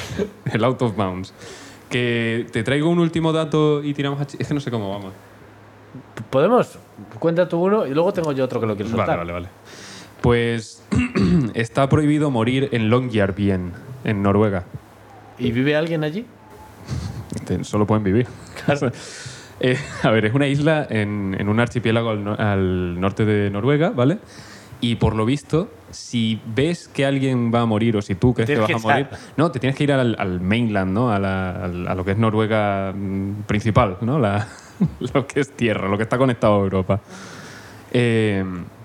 S2: el out of bounds. Que te traigo un último dato y tiramos a... chi- Es que no sé cómo vamos.
S1: Podemos, cuenta tú uno y luego tengo yo otro que lo quiero
S2: Vale,
S1: soltar.
S2: vale, vale. Pues está prohibido morir en Longyearbyen, en Noruega.
S1: ¿Y vive alguien allí?
S2: Te- Solo pueden vivir. Eh, a ver, es una isla en, en un archipiélago al, no- al norte de Noruega, ¿vale? Y por lo visto, si ves que alguien va a morir o si tú crees que
S1: Tienes
S2: vas
S1: que
S2: a morir,
S1: echar.
S2: no, te tienes que ir al, al mainland, ¿no? A, la- al- a lo que es Noruega mm, principal, ¿no? La- lo que es tierra, lo que está conectado a Europa. Eh,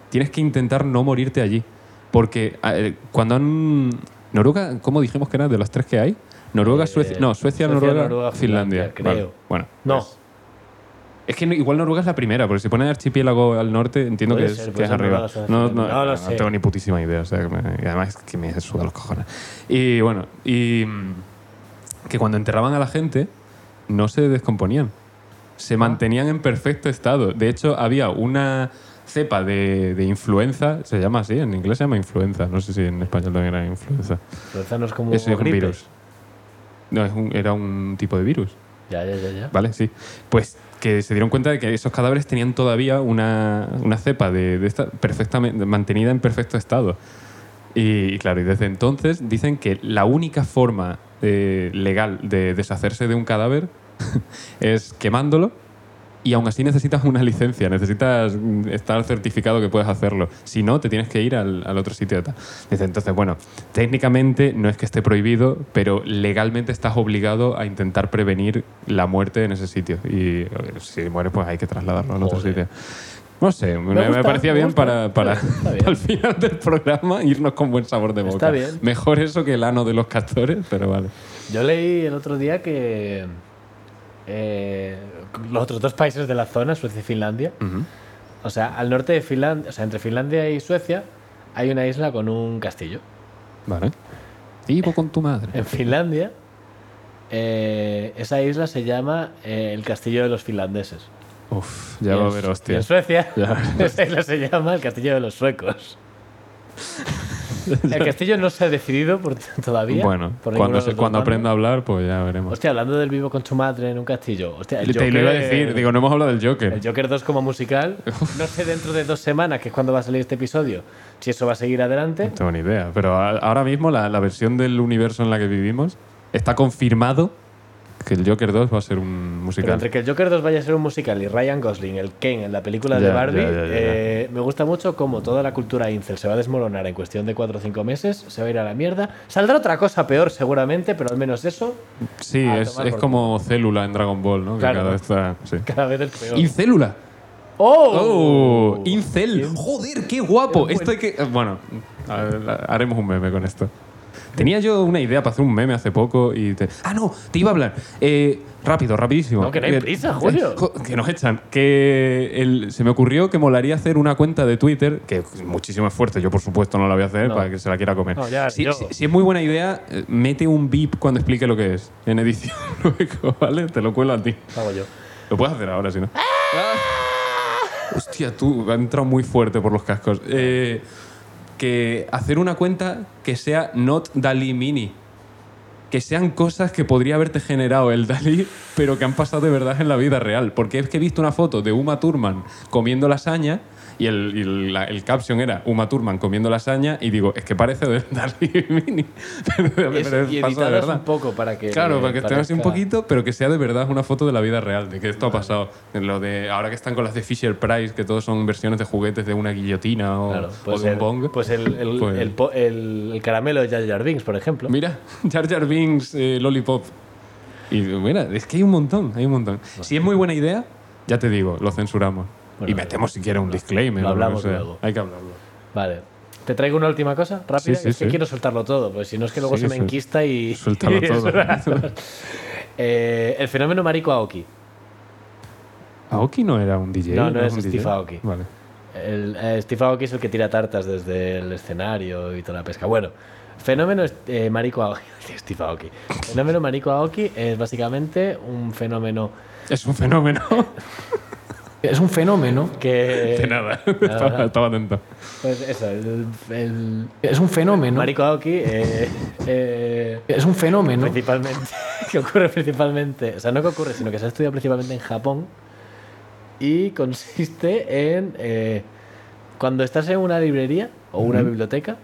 S2: tienes que intentar no morirte allí. Porque eh, cuando han. Noruega, ¿cómo dijimos que era de las tres que hay? Noruega,
S1: Eh,
S2: Suecia. No,
S1: Suecia,
S2: Suecia, Noruega,
S1: Noruega,
S2: Finlandia.
S1: Finlandia,
S2: Vale,
S1: creo.
S2: Bueno.
S1: No.
S2: pues- es que no- igual Noruega es la primera, porque si ponen archipiélago al norte, entiendo que
S1: Puede
S2: es,
S1: ser,
S2: que
S1: puede
S2: es
S1: ser
S2: arriba.
S1: Noruega, Suecia,
S2: No, no,
S1: Finlandia. No lo
S2: no
S1: sé.
S2: tengo ni putísima idea. O sea, que me- y además que me suda los cojones. Y bueno, y mm, que cuando enterraban a la gente, no se descomponían.
S1: Ah.
S2: Se mantenían en perfecto estado. De hecho, había una cepa de, de influenza, se llama así, en inglés se llama influenza, no sé si en español también era influenza.
S1: Influenza no es pues como
S2: Eso es un
S1: gripe.
S2: virus. No, es un- era un tipo de virus.
S1: Ya, ya, ya. ya.
S2: ¿Vale? Sí. Pues que se dieron cuenta de que esos cadáveres tenían todavía una, una cepa de, de esta perfectamente mantenida en perfecto estado. Y, y claro, y desde entonces dicen que la única forma eh, legal de deshacerse de un cadáver es quemándolo y aún así necesitas una licencia, necesitas mm, estar certificado que puedes hacerlo. Si no, te tienes que ir al, al otro sitio. de tal. Dice, entonces, bueno, técnicamente no es que esté prohibido, pero legalmente estás obligado a intentar prevenir la muerte en ese sitio. Y eh, si mueres, pues hay que trasladarlo al otro
S1: Joder.
S2: sitio. No sé, me, me
S1: gusta,
S2: parecía
S1: me
S2: bien
S1: gusta.
S2: para, para,
S1: Está bien.
S2: para el final del programa irnos con buen sabor de boca.
S1: Está bien.
S2: Mejor eso que el ano de los castores, pero vale.
S1: Yo leí el otro día que eh, los otros dos países de la zona, Suecia y Finlandia. O sea, al norte de Finlandia, o sea, entre Finlandia y Suecia hay una isla con un castillo.
S2: Vale. Vivo con tu madre.
S1: En Finlandia, eh, esa isla se llama eh, el castillo de los finlandeses.
S2: Uf,
S1: Y
S2: ya va a
S1: en-
S2: haber
S1: y En
S2: hostias.
S1: Suecia,
S2: Ya va a haber
S1: esa isla se llama el castillo de los suecos. El castillo no se ha decidido por, todavía.
S2: Bueno,
S1: por ninguno
S2: cuando,
S1: de
S2: se-
S1: los dos
S2: cuando
S1: bandos.
S2: aprenda a hablar, pues ya veremos.
S1: Hostia, hablando del vivo con tu madre en un castillo. Hostia, el
S2: Te lo iba a
S1: Joker-
S2: decir, digo, no hemos hablado del Joker.
S1: El Joker 2 como musical. No sé dentro de dos semanas, que es cuando va a salir este episodio, si eso va a seguir adelante.
S2: No tengo ni idea, pero a- ahora mismo la, la versión del universo en la que vivimos está confirmado que el Joker 2 va a ser un
S1: Pero
S2: musical.
S1: entre que el Joker 2 vaya a ser un musical y Ryan Gosling, el Ken en la película de
S2: Ya,
S1: Barbie,
S2: ya, ya, ya, ya.
S1: eh, me gusta mucho cómo toda la cultura incel se va a desmoronar en cuestión de 4 o 5 meses, se va a ir a la mierda. Saldrá otra cosa peor seguramente, pero al menos eso
S2: Sí,
S1: a
S2: es,
S1: tomar
S2: es
S1: Ah, por
S2: como Célula en Dragon Ball, ¿no? Que
S1: Claro.
S2: cada vez está- sí.
S1: cada vez es peor.
S2: ¡Incélula!
S1: ¡Oh!
S2: ¡Oh! ¡Incel! ¡Joder, qué guapo! Esto hay que... Bueno, a ver, la- haremos un meme con esto. Tenía yo una idea para hacer un meme hace poco y... te- ¡Ah, no! Te iba a hablar. Eh, rápido, rapidísimo.
S1: No, que no hay
S2: Eh,
S1: prisa, Julio.
S2: jo- que nos echan. Que el- se me ocurrió que molaría hacer una cuenta de Twitter, que muchísimo esfuerzo, yo por supuesto no la voy a hacer
S1: No.
S2: para que se la quiera comer.
S1: No, ya,
S2: si,
S1: yo.
S2: si- si es muy buena idea, eh, mete un beep cuando explique lo que es en edición luego, ¿vale? Te lo cuelo a ti.
S1: Lo hago yo.
S2: Lo puedes hacer ahora, si no. Ah. Hostia, tú ha entrado muy fuerte por los cascos. Eh, que hacer una cuenta que sea not Dalí Mini. Que sean cosas que podría haberte generado el Dalí, pero que han pasado de verdad en la vida real. Porque es que he visto una foto de Uma Thurman comiendo lasaña y el, y la- el caption era Uma Thurman comiendo lasaña y digo, es que parece de Dalí Mini. Pero- pero
S1: Es- y
S2: pasó de
S1: editadas
S2: verdad.
S1: un poco para que.
S2: Claro, para que estén así un
S1: parezca-
S2: poquito, pero que sea de verdad una foto de la vida real, de que esto ha pasado. Lo de ahora que están con las de Fisher Price, que todos son versiones de juguetes de una guillotina o,
S1: Claro,
S2: o
S1: pues,
S2: de
S1: el,
S2: un bong.
S1: pues el, el,
S2: Pues-
S1: el po- el- el caramelo de Jar Jar Binks, por ejemplo.
S2: Mira, Jar Jar Binks, eh, Lollipop. Y mira, es que hay un montón, hay un montón. Si es muy buena idea, ya te digo, lo censuramos.
S1: Bueno,
S2: y metemos siquiera un disclaimer.
S1: lo
S2: o que
S1: hablamos
S2: sea.
S1: luego.
S2: Hay que hablarlo.
S1: Vale. Te traigo una última cosa, rápida,
S2: Sí, sí,
S1: que es que
S2: sí.
S1: quiero soltarlo todo, pues si no es que luego
S2: Sí,
S1: se me
S2: sí.
S1: enquista y...
S2: Suéltalo
S1: y
S2: todo.
S1: Eh, el fenómeno Mariko Aoki.
S2: Aoki no era un DJ.
S1: No, no es
S2: un
S1: Steve
S2: DJ.
S1: Aoki.
S2: Vale.
S1: El, eh, Steve Aoki es el que tira tartas desde el escenario y toda la pesca. Bueno, fenómeno eh, Mariko Aoki. Steve Aoki. Fenómeno Mariko Aoki es básicamente un fenómeno...
S2: Es un fenómeno.
S1: Es un fenómeno
S2: De
S1: que...
S2: nada.
S1: Eh,
S2: estaba, estaba atento.
S1: Pues eso, el- el,
S5: Es un fenómeno.
S1: Mariko Aoki eh, eh,
S5: es un fenómeno.
S1: principalmente que ocurre principalmente, o sea, no que ocurre, sino que se ha estudiado principalmente en Japón y consiste en eh, cuando estás en una librería o una biblioteca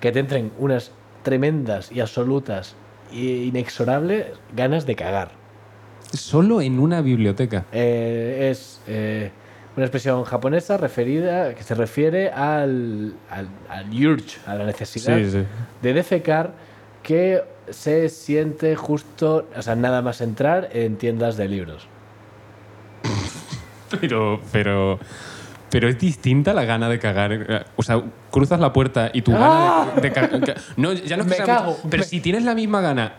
S1: que te entren unas tremendas y absolutas e inexorables ganas de cagar.
S2: Solo en una biblioteca.
S1: Eh, es eh, una expresión japonesa referida que se refiere al, al, al urge, a la necesidad
S2: Sí, sí.
S1: de defecar que se siente justo, o sea, nada más entrar en tiendas de libros.
S2: Pero, pero, pero es distinta la gana de cagar. eh, O sea, cruzas la puerta y tu gana de, cagar. No, ya no es que
S1: ¡Ah! Me
S2: sea
S1: cago.
S2: mucho, pero
S1: Me-
S2: si tienes la misma gana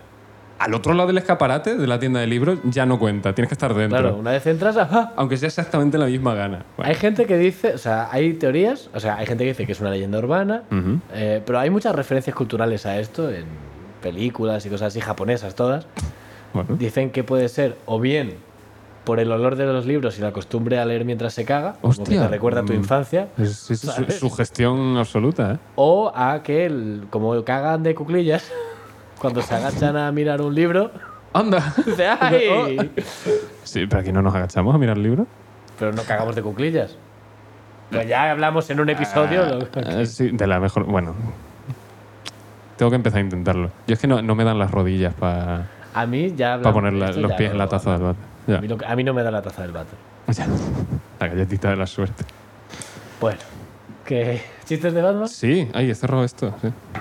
S2: al otro lado del escaparate de la tienda de libros, ya no cuenta. Tienes que estar dentro.
S1: Claro, una vez entras, ¡ajá!
S2: Aunque sea exactamente la misma gana. Bueno,
S1: Hay gente que dice, o sea, hay teorías, o sea, hay gente que dice que es una leyenda urbana,
S2: Ujú.
S1: eh, pero hay muchas referencias culturales a esto en películas y cosas así japonesas todas.
S2: bueno.
S1: Dicen que puede ser o bien por el olor de los libros y la costumbre a leer mientras se caga, como que
S2: Hostia.
S1: te recuerda a tu
S2: Mm.
S1: infancia,
S2: Es, es su, sugestión absoluta, ¿eh?
S1: o a que el- como cagan de cuclillas cuando se agachan a mirar un libro,
S2: ¡Anda!
S1: dice, "Ay".
S2: Sí, pero aquí no nos agachamos a mirar libros.
S1: oh, Pero no cagamos de cuclillas. Pues ya hablamos en un episodio. lo-
S2: Ah, sí, de la mejor. Bueno. Tengo que empezar a intentarlo. Yo es que no, no me dan las rodillas para
S1: A mí ya hablamos.
S2: para poner la-
S1: esto
S2: los
S1: ya
S2: pies en
S1: lo-
S2: la taza del váter.
S1: A mí, no, a mí no me da la taza del váter.
S2: Ya. Ya. La galletita de la suerte.
S1: Bueno, que chistes de Batman.
S2: Sí, ay, he cerrado esto.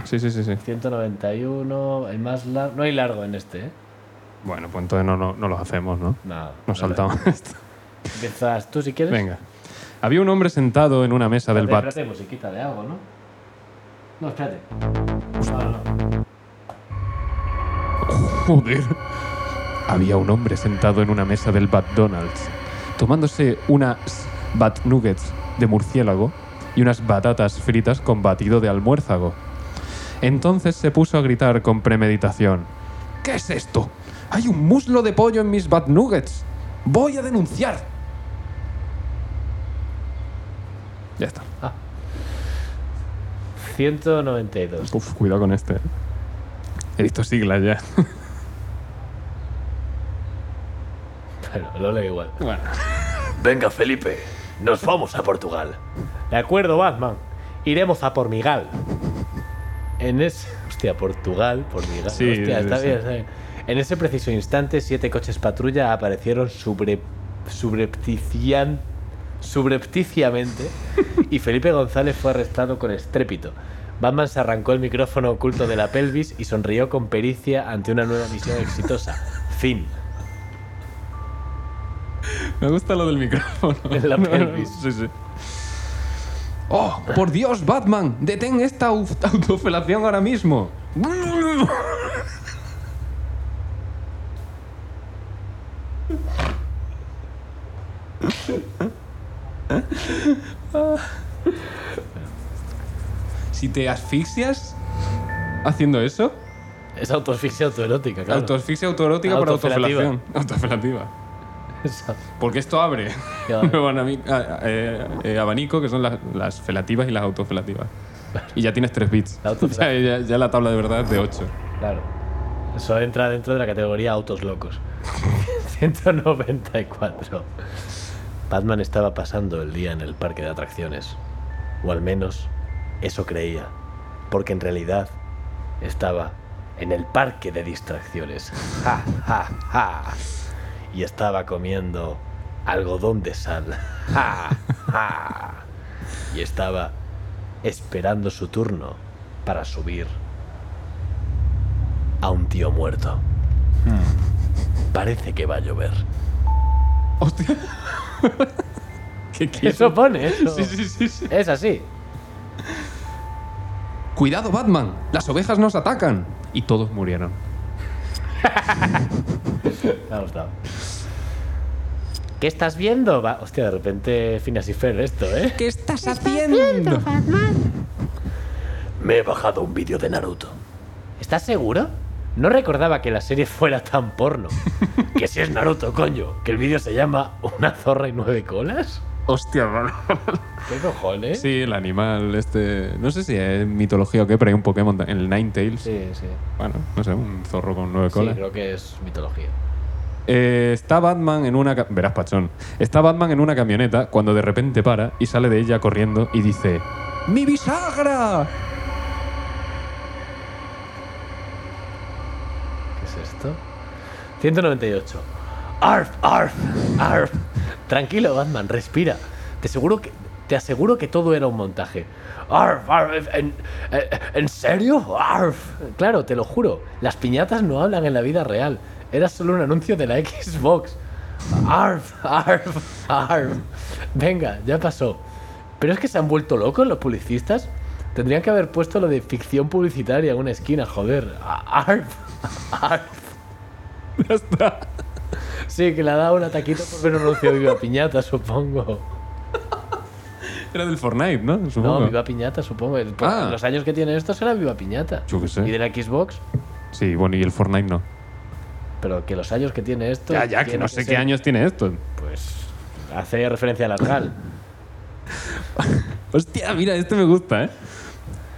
S2: Sí, sí, sí, sí. sí.
S1: 191, el más largo. No hay largo en este, ¿eh?
S2: Bueno, pues entonces no, no, no los hacemos, ¿no?
S1: No. no
S2: Nos saltamos esto.
S1: Empiezas tú si quieres.
S2: Venga. Había un hombre sentado en una mesa del
S1: Espérate,
S2: bat.
S1: espérate, musiquita de algo, ¿no? No, espérate. No, no, no.
S2: Joder. Había un hombre sentado en una mesa del McDonald's, tomándose unas bat nuggets de murciélago y unas batatas fritas con batido de almuérzago. Entonces se puso a gritar con premeditación. ¿Qué es esto? Hay un muslo de pollo en mis bat nuggets. Voy a denunciar. Ya está.
S1: 192.
S2: Uf, cuidado con este. He visto siglas ya.
S1: Bueno, lo leo igual.
S2: Bueno.
S1: Venga, Felipe, nos vamos a Portugal. De acuerdo, Batman. Iremos a Pormigal. En ese. Hostia, Portugal, Pormigal.
S2: Sí,
S1: Hostia, está
S2: sí.
S1: bien, está bien. En ese preciso instante, siete coches patrulla aparecieron sobre, subreptician- subrepticiamente y Felipe González fue arrestado con estrépito. Batman se arrancó el micrófono oculto de la pelvis y sonrió con pericia ante una nueva misión exitosa. Fin.
S2: Me gusta lo del micrófono.
S1: En la pelvis.
S2: Sí, sí. ¡Oh, por Dios, Batman! ¡Detén esta au- autofelación ahora mismo! Si te asfixias haciendo eso,
S1: Es autoasfixia autoerótica, claro.
S2: autoasfixia autoerótica por
S1: Autofelativa.
S2: autofelación. Autofelativa.
S1: Esa-
S2: Porque esto abre
S1: Ya,
S2: un nuevo anami- a- a- eh, eh, abanico que son las, las felativas y las autofelativas. Y ya tienes 3 bits.
S1: La
S2: O sea,
S1: autofelativa.
S2: ya, ya la tabla de verdad es de 8.
S1: Claro. Eso entra dentro de la categoría autos locos. 194. Batman estaba pasando el día en el parque de atracciones. O al menos eso creía. Porque en realidad estaba en el parque de distracciones. Ja, ja, ja. Y estaba comiendo algodón de sal. Ja, ja. Y estaba esperando su turno para subir a un tío muerto. Hmm. Parece que va a llover.
S2: ¡Hostia! ¿Qué quieres?
S1: Eso pone, eso.
S2: Sí, sí, sí, sí.
S1: Es así.
S2: ¡Cuidado, Batman! ¡Las ovejas nos atacan! Y todos murieron.
S1: Me ha gustado. ¿Qué estás viendo? Va- Hostia, de repente Finas y Fer esto, ¿eh?
S2: ¿Qué estás
S3: Viendo
S2: haciendo?
S3: Batman.
S1: Me he bajado un vídeo de Naruto. ¿Estás seguro? No recordaba que la serie fuera tan porno. que si es Naruto, coño. Que el vídeo se llama Una zorra y nueve colas.
S2: ¡Hostia, mano!
S1: ¿Qué cojones?
S2: Sí, el animal este... No sé si es mitología o qué, pero hay un Pokémon, el Ninetales.
S1: sí. Sí,
S2: Bueno, no sé, un zorro con nueve
S1: sí
S2: colas.
S1: creo que es mitología.
S2: Eh, está Batman en una... ca- Verás, Pachón. Está Batman en una camioneta cuando de repente para y sale de ella corriendo y dice... ¡Mi bisagra!
S1: ¿Qué es esto? 198. Arf, arf, arf. Tranquilo, Batman, respira. Te aseguro que, te aseguro que todo era un montaje. Arf, arf, ¿en, eh, ¿en serio? Arf. Claro, te lo juro. Las piñatas no hablan en la vida real. Era solo un anuncio de la Xbox. Arf, arf, arf. Venga, ya pasó. Pero es que se han vuelto locos los publicistas. Tendrían que haber puesto lo de ficción publicitaria en una esquina, joder. Arf, arf.
S2: Ya está.
S1: Sí, que le ha dado un ataquito por ver un anuncio de Viva Piñata, supongo.
S2: Era del Fortnite, ¿no?
S1: No,
S2: Supongo.
S1: Viva Piñata, supongo. El- por-
S2: Ah.
S1: Los años que tiene esto será Viva Piñata.
S2: Yo qué sé.
S1: Y de la Xbox,
S2: Sí, bueno, y el Fortnite no.
S1: pero que los años que tiene esto.
S2: Ya, ya, que
S1: tiene
S2: no sé qué
S1: ser-
S2: años tiene esto.
S1: Pues hace referencia a la RAL.
S2: Hostia, mira, este me gusta, ¿eh?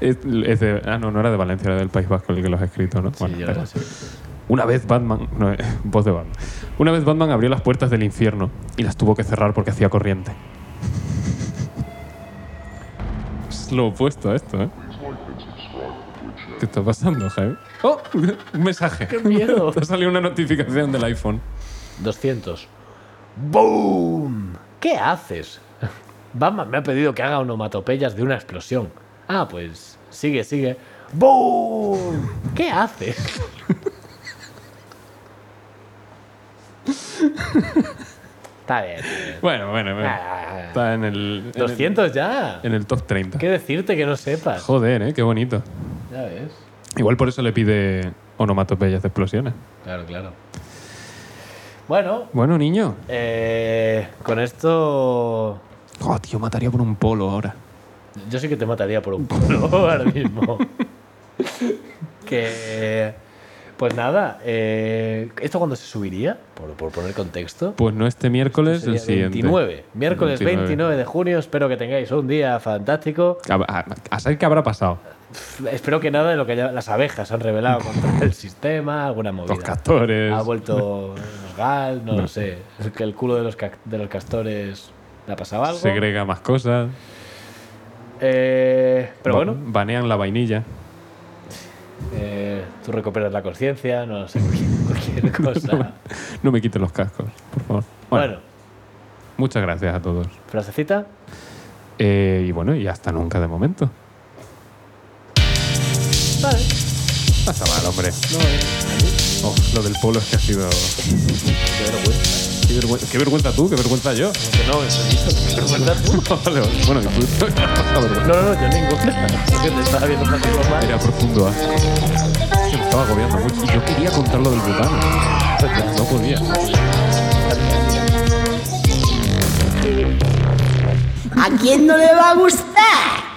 S2: Es- es de- ah, no, no era de Valencia, era del País Vasco el que los ha escrito, ¿no? Bueno,
S1: sí, yo
S2: da igual.
S1: lo sé.
S2: Una vez Batman. no, eh, voz de Batman. Una vez Batman abrió las puertas del infierno y las tuvo que cerrar porque hacía corriente. Es lo opuesto a esto, ¿eh? ¿Qué está pasando, Jaime? ¡Oh! Un mensaje. ¡Qué
S1: miedo!
S2: Te ha salido una notificación del iPhone.
S1: 200. ¡Boom! ¿Qué haces? Batman me ha pedido que haga onomatopeyas de una explosión. Ah, pues sigue, sigue. ¡Boom! ¿Qué haces? Está bien.
S2: Bueno, bueno, bueno.
S1: Ah,
S2: Está en el. en el-
S1: 200 ya.
S2: En el top 30.
S1: ¿Qué decirte que no sepas?
S2: Joder, ¿eh? Qué bonito.
S1: Ya ves.
S2: Igual por eso le pide onomatopeyas de explosiones.
S1: Claro, claro. Bueno,
S2: Bueno, niño.
S1: eh, con esto.
S2: Oh, tío, mataría por un polo ahora.
S1: Yo sí que te mataría por un polo ahora mismo. que. Pues nada, eh, ¿esto cuándo se subiría? Por, por poner contexto.
S2: Pues no este miércoles,
S1: Sería
S2: el siguiente.
S1: 29, miércoles 29.
S2: 29.
S1: de junio. Espero que tengáis un día fantástico.
S2: A, a- a saber qué habrá pasado.
S1: Pff, Espero que nada de lo que ya- las abejas han revelado contra el sistema, alguna movida.
S2: Los castores.
S1: Ha vuelto los gal, no lo sé. Que el culo de los, ca- de los castores le ha pasado algo.
S2: Segrega más cosas.
S1: Eh, pero
S2: ba-
S1: bueno,
S2: Banean la vainilla.
S1: eh, tú recuperas la conciencia, no lo sé, cualquier, cualquier cosa.
S2: No me quiten los cascos, por favor. Bueno,
S1: Bueno,
S2: muchas gracias a todos.
S1: frasecita.
S2: Eh, y bueno, y hasta nunca de momento.
S1: Vale. eh.
S2: Hasta mal, hombre. Oh, lo del polo es que ha sido. Qué vergüenza. Qué vergüenza tú, qué vergüenza yo.
S1: No, eso es
S2: Vale, vale. bueno, incluso. Hasta vergüenza.
S1: No, no, no, yo ninguna. Es que te estaba viendo platico mal.
S2: Era profundo asco. Es que me estaba agobiando mucho. Y yo quería contar lo del butano. No podía.
S4: ¿A quién no le va a gustar?